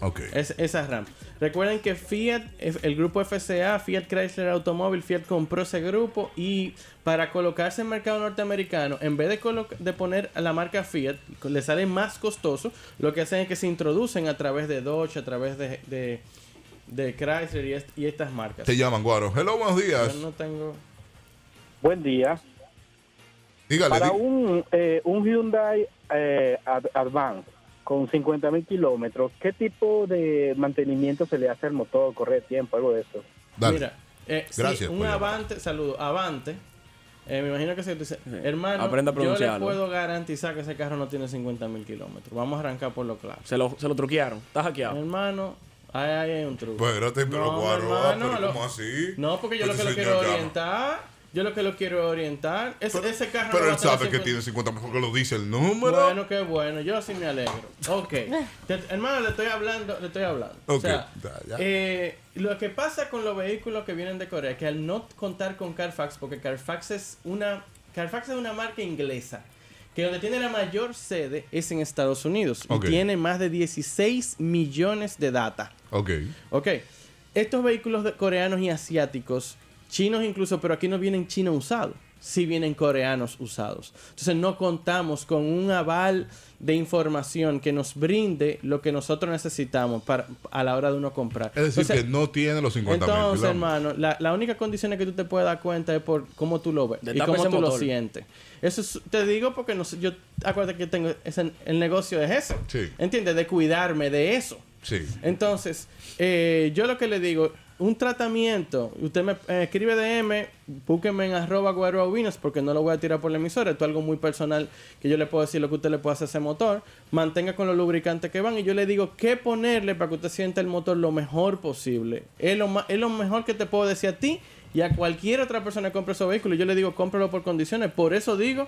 D: Ok.
S: Es, esa RAM. Recuerden que Fiat, F- el grupo FCA, Fiat Chrysler Automóvil, Fiat compró ese grupo y para colocarse en el mercado norteamericano, en vez de, colo- de poner a la marca Fiat, le sale más costoso, lo que hacen es que se introducen a través de Dodge, a través de, de, de Chrysler y, est- y estas marcas.
D: Te llaman, Guaro. Hello, buenos días.
S: Yo no tengo...
Q: Buen día.
D: Dígale.
Q: Para
D: di-
Q: un, eh, un Hyundai eh, Ad- Advance con 50.000 mil kilómetros, ¿qué tipo de mantenimiento se le hace al motor? ¿Correr tiempo? Algo de eso.
S: Mira, eh, sí,
Q: Gracias
S: un
Q: por llamar.
S: avante, saludo, avante. Eh, me imagino que se dice, hermano,
O: Aprenda a
S: yo le
O: pronunciarlo.
S: puedo garantizar que ese carro no tiene 50 mil kilómetros. Vamos a arrancar por lo claro.
O: Se lo, se lo truquearon. Está hackeado.
S: Hermano, ahí, ahí hay un truco.
D: Pues, Espérate, pero
S: No,
D: Guaro, ah,
S: hermano,
D: pero
S: lo-
D: ¿cómo así?
S: No, porque yo
D: Pero
S: lo que lo
D: ese
S: quiero
D: señor llama.
S: orientar, yo lo que lo quiero orientar, es, ese carro no
D: Pero
S: va
D: él
S: a tener
D: sabe que
S: 50.
D: tiene 50 mejor que lo dice el número.
S: Bueno, qué bueno, yo sí me alegro. Ok. Te- hermano, le estoy hablando, le estoy hablando. O
D: Ok,
S: sea,
D: da, ya.
S: eh, lo que pasa con los vehículos que vienen de Corea, que al no contar con Carfax, porque Carfax es una, Carfax es una marca inglesa, que donde tiene la mayor sede es en Estados Unidos.
D: Ok.
S: Y tiene más de 16 millones de data.
D: Ok.
S: Ok. Estos vehículos de- coreanos y asiáticos, chinos incluso, pero aquí no vienen chinos usados. Sí vienen coreanos usados. Entonces no contamos con un aval de información que nos brinde lo que nosotros necesitamos para, a la hora de uno comprar.
D: Es decir,
S: Entonces,
D: que no tiene los 50
S: entonces,
D: mil.
S: hermano, la, la única condición es que tú te puedes dar cuenta es por cómo tú lo ves y
O: Destapa
S: cómo
O: ese
S: tú lo
O: motor.
S: sientes. Eso es- te digo porque no, sé, yo acuérdate que tengo ese- el negocio es ese.
D: Sí.
S: ¿Entiendes? De cuidarme de eso.
D: Sí.
S: Entonces, eh, yo lo que le digo, un tratamiento, usted me eh, escribe DM, búsqueme en arroba Guero Aubinos, porque no lo voy a tirar por la emisora, esto es algo muy personal que yo le puedo decir lo que usted le puede hacer a ese motor, mantenga con los lubricantes que van y yo le digo qué ponerle para que usted sienta el motor lo mejor posible. Es lo, ma- es lo mejor que te puedo decir a ti y a cualquier otra persona que compre su vehículo, yo le digo cómpralo por condiciones, por eso digo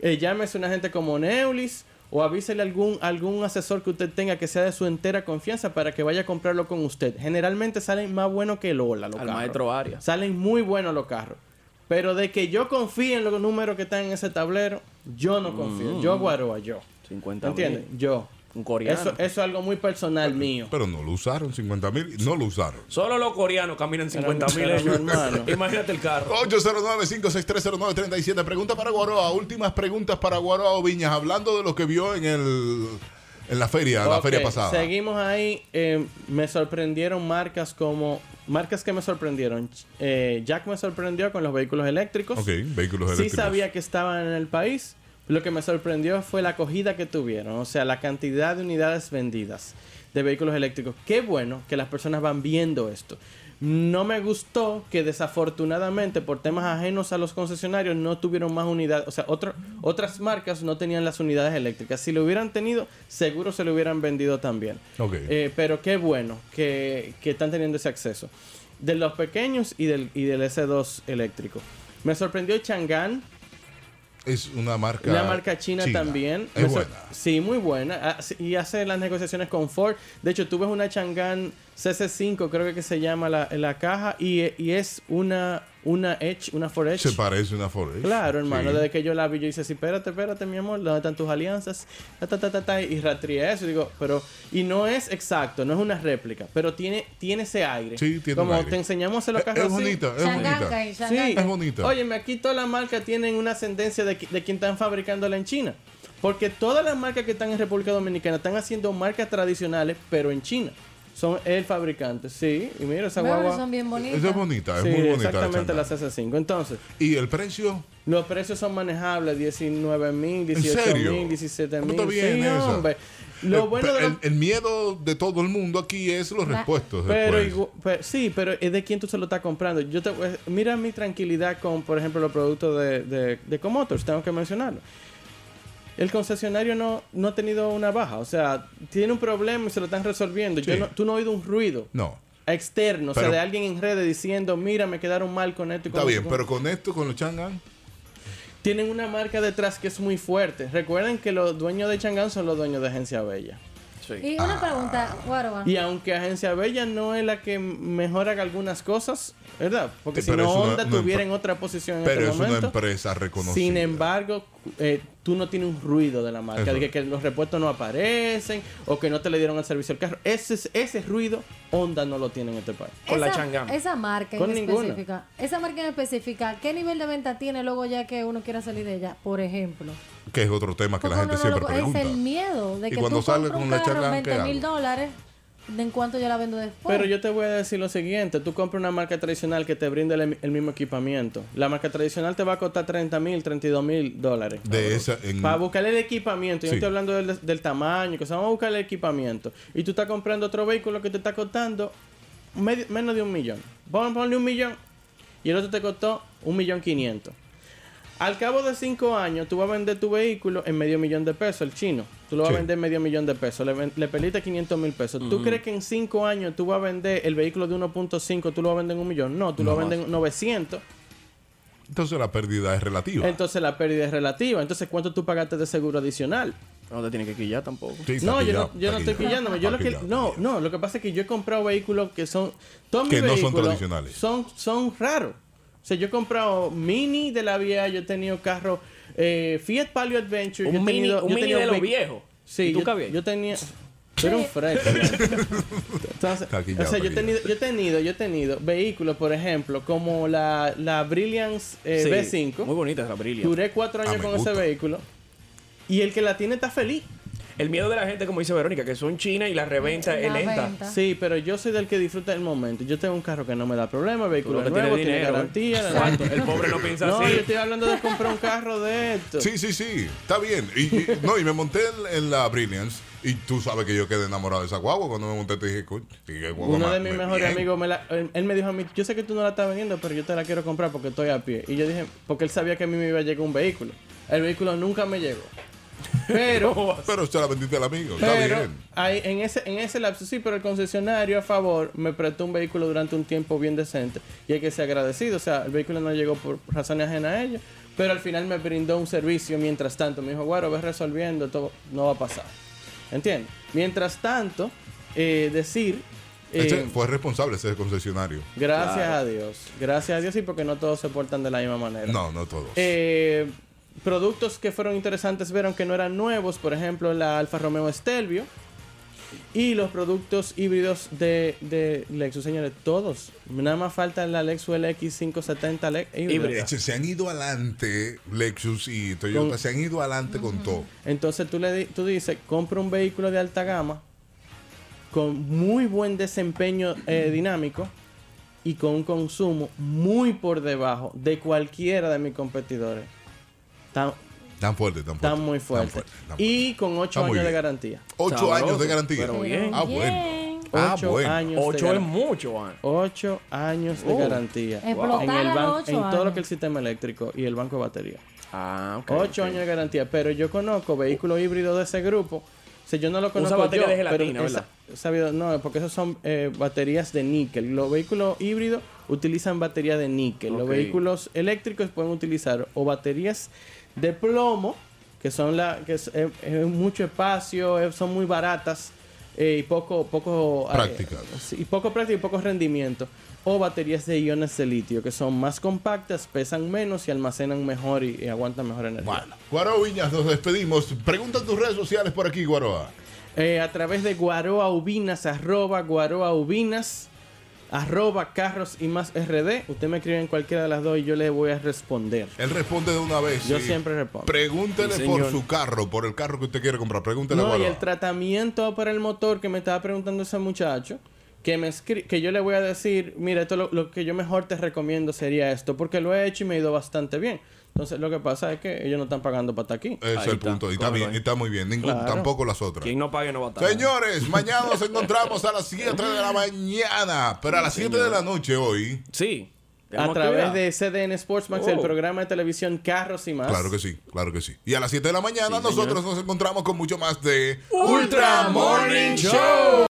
S: eh, llámese una gente como Neulis o avísele algún algún asesor que usted tenga que sea de su entera confianza para que vaya a comprarlo con usted. Generalmente salen más buenos que el Ola, los
O: Al
S: carros.
O: maestro Arias.
S: Salen muy buenos los carros. Pero de que yo confíe en los números que están en ese tablero, yo no confío.
O: Mm.
S: Yo guaroa, yo.
O: 50
S: ¿Entiendes? Yo.
O: Un coreano.
S: Eso, eso es algo muy personal mío.
D: Pero no lo usaron, 50 mil. No lo usaron.
O: Solo los coreanos caminan 50 mil
S: Era mi
O: ellos.
S: hermano.
O: Imagínate el carro.
D: 809-56309-37. Pregunta para Guaroa. Últimas preguntas para Guaroa o Viñas. Hablando de lo que vio en el en la feria, la
S: Ok,
D: feria pasada.
S: Seguimos ahí. eh, me sorprendieron marcas como. Marcas que me sorprendieron. Eh, Jack me sorprendió con los vehículos eléctricos.
D: Ok, vehículos
S: Sí
D: eléctricos.
S: sabía que estaban en el país. Lo que me sorprendió fue la acogida que tuvieron. O sea, la cantidad de unidades vendidas de vehículos eléctricos. Qué bueno que las personas van viendo esto. No me gustó que desafortunadamente por temas ajenos a los concesionarios no tuvieron más unidades, o sea, otro- otras marcas no tenían las unidades eléctricas. Si lo hubieran tenido, seguro se lo hubieran vendido también.
D: Ok.
S: Eh, pero qué bueno que, que están teniendo ese acceso. De los pequeños y del, y del S2 eléctrico. Me sorprendió Chang'an,
D: Es una marca.
S: la marca china, también.
D: Es
S: Me sor-
D: buena.
S: Sí, muy buena. Ah, sí, Y hace las negociaciones con Ford. De hecho, tú ves una Chang'an CC5, creo que se llama la, la caja, y, y es una, una Edge, una Ford Edge.
D: Se parece a una Forest.
S: Claro, hermano.
D: Sí.
S: Desde que yo la vi, yo hice así, espérate, espérate, mi amor, ¿dónde están tus alianzas? Ta, ta, ta, ta, ta, y rastrié eso. Y digo, pero... Y no es exacto, no es una réplica, pero tiene, tiene ese aire.
D: Sí, tiene
S: Como
D: un aire.
S: te enseñamos a hacer la
D: Es-
S: caja
D: es
S: así.
D: bonita, es Shanghai, bonita.
S: Sí.
D: Shanghai. Es bonita.
S: Óyeme, aquí todas las marcas tienen una ascendencia de, qui- de quien están fabricándola en China. Porque todas las marcas que están en República Dominicana están haciendo marcas tradicionales, pero en China. Son el fabricante, sí. Y mira esa
B: Bueno,
S: guagua.
B: son bien bonitas.
D: Esa es bonita, es
S: Sí,
D: muy bonita.
S: exactamente,
D: la
S: la CC5. Entonces.
D: ¿Y el precio?
S: Los precios son manejables, 19 mil, 18
D: serio?
S: mil, 17 mil.
D: Está bien
S: Sí,
D: esa.
S: hombre. Lo
D: Eh,
S: bueno de
D: pe-
S: los-
D: el, el miedo de todo el mundo aquí es los
S: Va-
D: repuestos.
S: Pero,
D: después.
S: igu- pe- sí, pero es de quién tú se lo estás comprando. Yo te, eh, mira mi tranquilidad con, por ejemplo, los productos de, de, de Comotors, tengo que mencionarlo. El concesionario no, no ha tenido una baja, o sea, tiene un problema y se lo están resolviendo. Yo
D: Sí.
S: no- tú no has oído un ruido
D: No.
S: externo, o
D: Pero-
S: sea, de alguien en redes diciendo, mira, me quedaron mal con esto y con
D: Está
S: lo
D: bien,
S: otro".
D: pero con esto, con los Chang'an,
S: Tienen una marca detrás que es muy fuerte. Recuerden que los dueños de Chang'an son los dueños de Agencia Bella.
B: Y
D: Ah.
B: una pregunta, Guarba.
S: Y aunque Agencia Bella no es la que mejor haga algunas cosas, ¿verdad? Porque
D: Sí,
S: si
D: pero
S: no
D: es una-
S: Honda
D: una
S: tuviera
D: empre-
S: en otra posición en
D: pero
S: este
D: es una
S: momento.
D: empresa reconocida.
S: Sin embargo, eh, tú no tienes un ruido de la marca,
D: Eso
S: de que, que los repuestos no aparecen o que no te le dieron el servicio al carro. Ese, es- ese ruido Honda no lo tiene en este país.
B: esa, Esa marca
S: Con
B: en
S: ninguna.
B: específica. Esa marca en específica, ¿qué nivel de venta tiene luego ya que uno quiera salir de ella? Por ejemplo.
D: que es otro tema que la
B: Porque uno
D: gente
B: no
D: siempre
B: lo-
D: pregunta.
B: Es el miedo de
D: Y
B: que
D: cuando
B: tú
D: sale
B: compras
D: con
B: un
D: la
B: carro
D: charla,
B: en
D: ¿qué
B: 20 mil
D: hago?
B: dólares, ¿de en cuánto yo la vendo después?
S: Pero yo te voy a decir lo siguiente, tú compras una marca tradicional que te brinda el, el mismo equipamiento. La marca tradicional te va a costar 30 mil, 32 mil dólares.
D: De esa, en,
S: Para buscar el equipamiento, yo
D: Sí.
S: no estoy hablando del, del tamaño, que se vamos a buscar el equipamiento. Y tú estás comprando otro vehículo que te está costando medio- menos de un millón. Vamos a ponerle un millón y el otro te costó un millón quinientos. Al cabo de cinco años, tú vas a vender tu vehículo en medio millón de pesos, el chino. Tú lo vas
D: Sí.
S: a vender en medio millón de pesos. Le, ven- le peliste 500 mil pesos. ¿Tú
D: Ujú.
S: crees que en cinco años tú vas a vender el vehículo de 1.5, tú lo vas a vender en un millón? No, tú lo
D: No
S: vas a vender en 900.
D: entonces la pérdida es relativa.
S: Entonces la pérdida es relativa. Entonces, ¿cuánto tú pagaste de seguro adicional?
O: No te tiene que quillar tampoco.
S: No, yo no, yo no estoy pillándome. Yo lo que, no, no, lo que pasa es que yo he comprado vehículos que son. Todos mis
D: Que no son
S: vehículos
D: tradicionales.
S: Son, son raros. O sea, yo he comprado mini de la vieja, yo he tenido carro eh, Fiat Palio Adventure.
O: Un
S: yo he
O: mini-
S: tenido,
O: un
S: yo he
O: mini
S: tenido
O: de los
S: vehi-
O: viejos.
S: Sí,
O: ¿Y tú
S: yo,
O: cabías?
S: yo tenía. Yo era un fresco. Entonces,
D: Taquillao,
S: o sea, yo he
D: taquillao.
S: tenido, yo he tenido, yo he tenido vehículos, por ejemplo, como la, la Brilliance eh,
O: Sí,
S: B5.
O: Muy bonita esa brilla.
S: Duré cuatro
D: Ah,
S: años con ese vehículo. Y el que la tiene está feliz.
O: El miedo de la gente, como dice Verónica, que son chinas y la reventa es lenta.
S: Sí, pero yo soy del que disfruta el momento. Yo tengo un carro que no me da problema, vehículo
O: Tú lo que
S: nuevo,
O: tienes
S: tiene
O: dinero,
S: garantía.
O: ¿eh?
S: la-
O: Exacto. El pobre no piensa
S: No,
O: así.
S: yo estoy hablando de comprar un carro de esto.
D: Sí, sí, sí, está bien. Y, y- no, y me monté en, en la Brilliance y tú sabes que yo quedé enamorado de esa guagua. Cuando me monté te dije, "Coño, sí, qué guagua
S: Uno
D: más-
S: de mis
D: me-
S: mejores
D: bien".
S: amigos, me la- él, él me dijo a mí, yo sé que tú no la estás vendiendo, pero yo te la quiero comprar porque estoy a pie. Y yo dije, porque él sabía que a mí me iba a llegar un vehículo. El vehículo nunca me llegó. Pero,
D: pero usted la vendiste al amigo, está
S: Pero
D: bien.
S: ahí, en, ese, en ese lapso sí, pero el concesionario a favor me prestó un vehículo durante un tiempo bien decente y hay que ser agradecido. O sea, el vehículo no llegó por razones ajenas a ellos, pero al final me brindó un servicio mientras tanto. Me dijo, Guaro, ves resolviendo, todo no va a pasar. ¿Entiendes? Mientras tanto, eh, decir... eh,
D: Ese fue responsable ese concesionario.
S: Gracias a Dios. Gracias a Dios y porque no todos se portan de la misma manera.
D: No, no todos.
S: Eh, productos que fueron interesantes vieron que no eran nuevos, por ejemplo la Alfa Romeo Stelvio y los productos híbridos de, de Lexus, señores, todos. Nada más falta la Lexus LX 570 le- híbrida.
D: Eche, Se han ido adelante Lexus y Toyota,
S: Con-
D: se han ido adelante con todo.
S: Entonces tú le di- tú dices, compra un vehículo de alta gama con muy buen desempeño eh, dinámico y con un consumo muy por debajo de cualquiera de mis competidores. Tan,
D: Tan fuerte, tan fuerte.
S: tan muy fuerte.
D: fuerte, tan
S: Y con 8
D: Está muy
S: años de
D: bien.
S: garantía.
D: Ocho años de garantía.
S: Pero bien.
D: Ah, bueno. Ah,
S: Ocho
D: bueno.
S: años.
D: Ocho
S: de
D: es
O: mucho,
S: Ocho años de
O: Oh.
S: garantía.
O: Explotaron
S: En, el ban-
O: los ocho
S: en todo lo
O: años.
S: que el sistema eléctrico y el banco de batería.
O: Ah, ok.
S: Ocho años de garantía. Pero yo conozco vehículos híbridos de ese grupo. O sea, yo no lo conozco.
O: batería
S: yo,
O: de gelatina,
S: pero
O: ¿verdad?
S: esa- sabido- no, porque esos son eh, baterías de níquel. Los vehículos híbridos utilizan batería de níquel. Los
O: Ok.
S: vehículos eléctricos pueden utilizar o baterías de plomo, que son la que es, es- es mucho espacio, es- son muy baratas eh, y poco poco eh,
D: Prácticas.
S: sí, y poco práctica y poco rendimiento. O baterías de iones de litio, que son más compactas, pesan menos y almacenan mejor y, y aguantan mejor energía.
D: Guaroa Viñas, nos despedimos. Pregunta en tus redes sociales por aquí, Guaroa.
S: Eh, a través de guaroaubinas, arroba guaroaubinas, arroba carros y más RD. Usted me escribe en cualquiera de las dos y yo le voy a responder.
D: Él responde de una vez.
S: Yo
D: sí.
S: siempre respondo.
D: Pregúntele
S: Sí,
D: por
S: señor.
D: su carro, por el carro que usted quiere comprar. Pregúntele a
S: No, y
D: Guaroa.
S: el tratamiento para el motor que me estaba preguntando ese muchacho, que, me escri- que yo le voy a decir, mira, esto lo, lo que yo mejor te recomiendo sería esto, porque lo he hecho y me ha ido bastante bien. Entonces lo que pasa es que ellos no están pagando para estar aquí.
D: Ese es el punto. Y está, bien, está muy bien. Ningún-
S: Claro.
D: Tampoco las otras.
O: Quien no pague no va a estar.
D: Señores, mañana nos encontramos a las 7 de la mañana. Pero a las 7 de la noche hoy.
O: Sí.
S: A través de CDN Sportsmax, el
D: Oh.
S: programa de televisión Carros y más.
D: Claro que sí, claro que sí. Y a las 7 de la mañana
S: Sí,
D: nosotros
S: señor.
D: nos encontramos con mucho más de
S: Ultra Morning Show.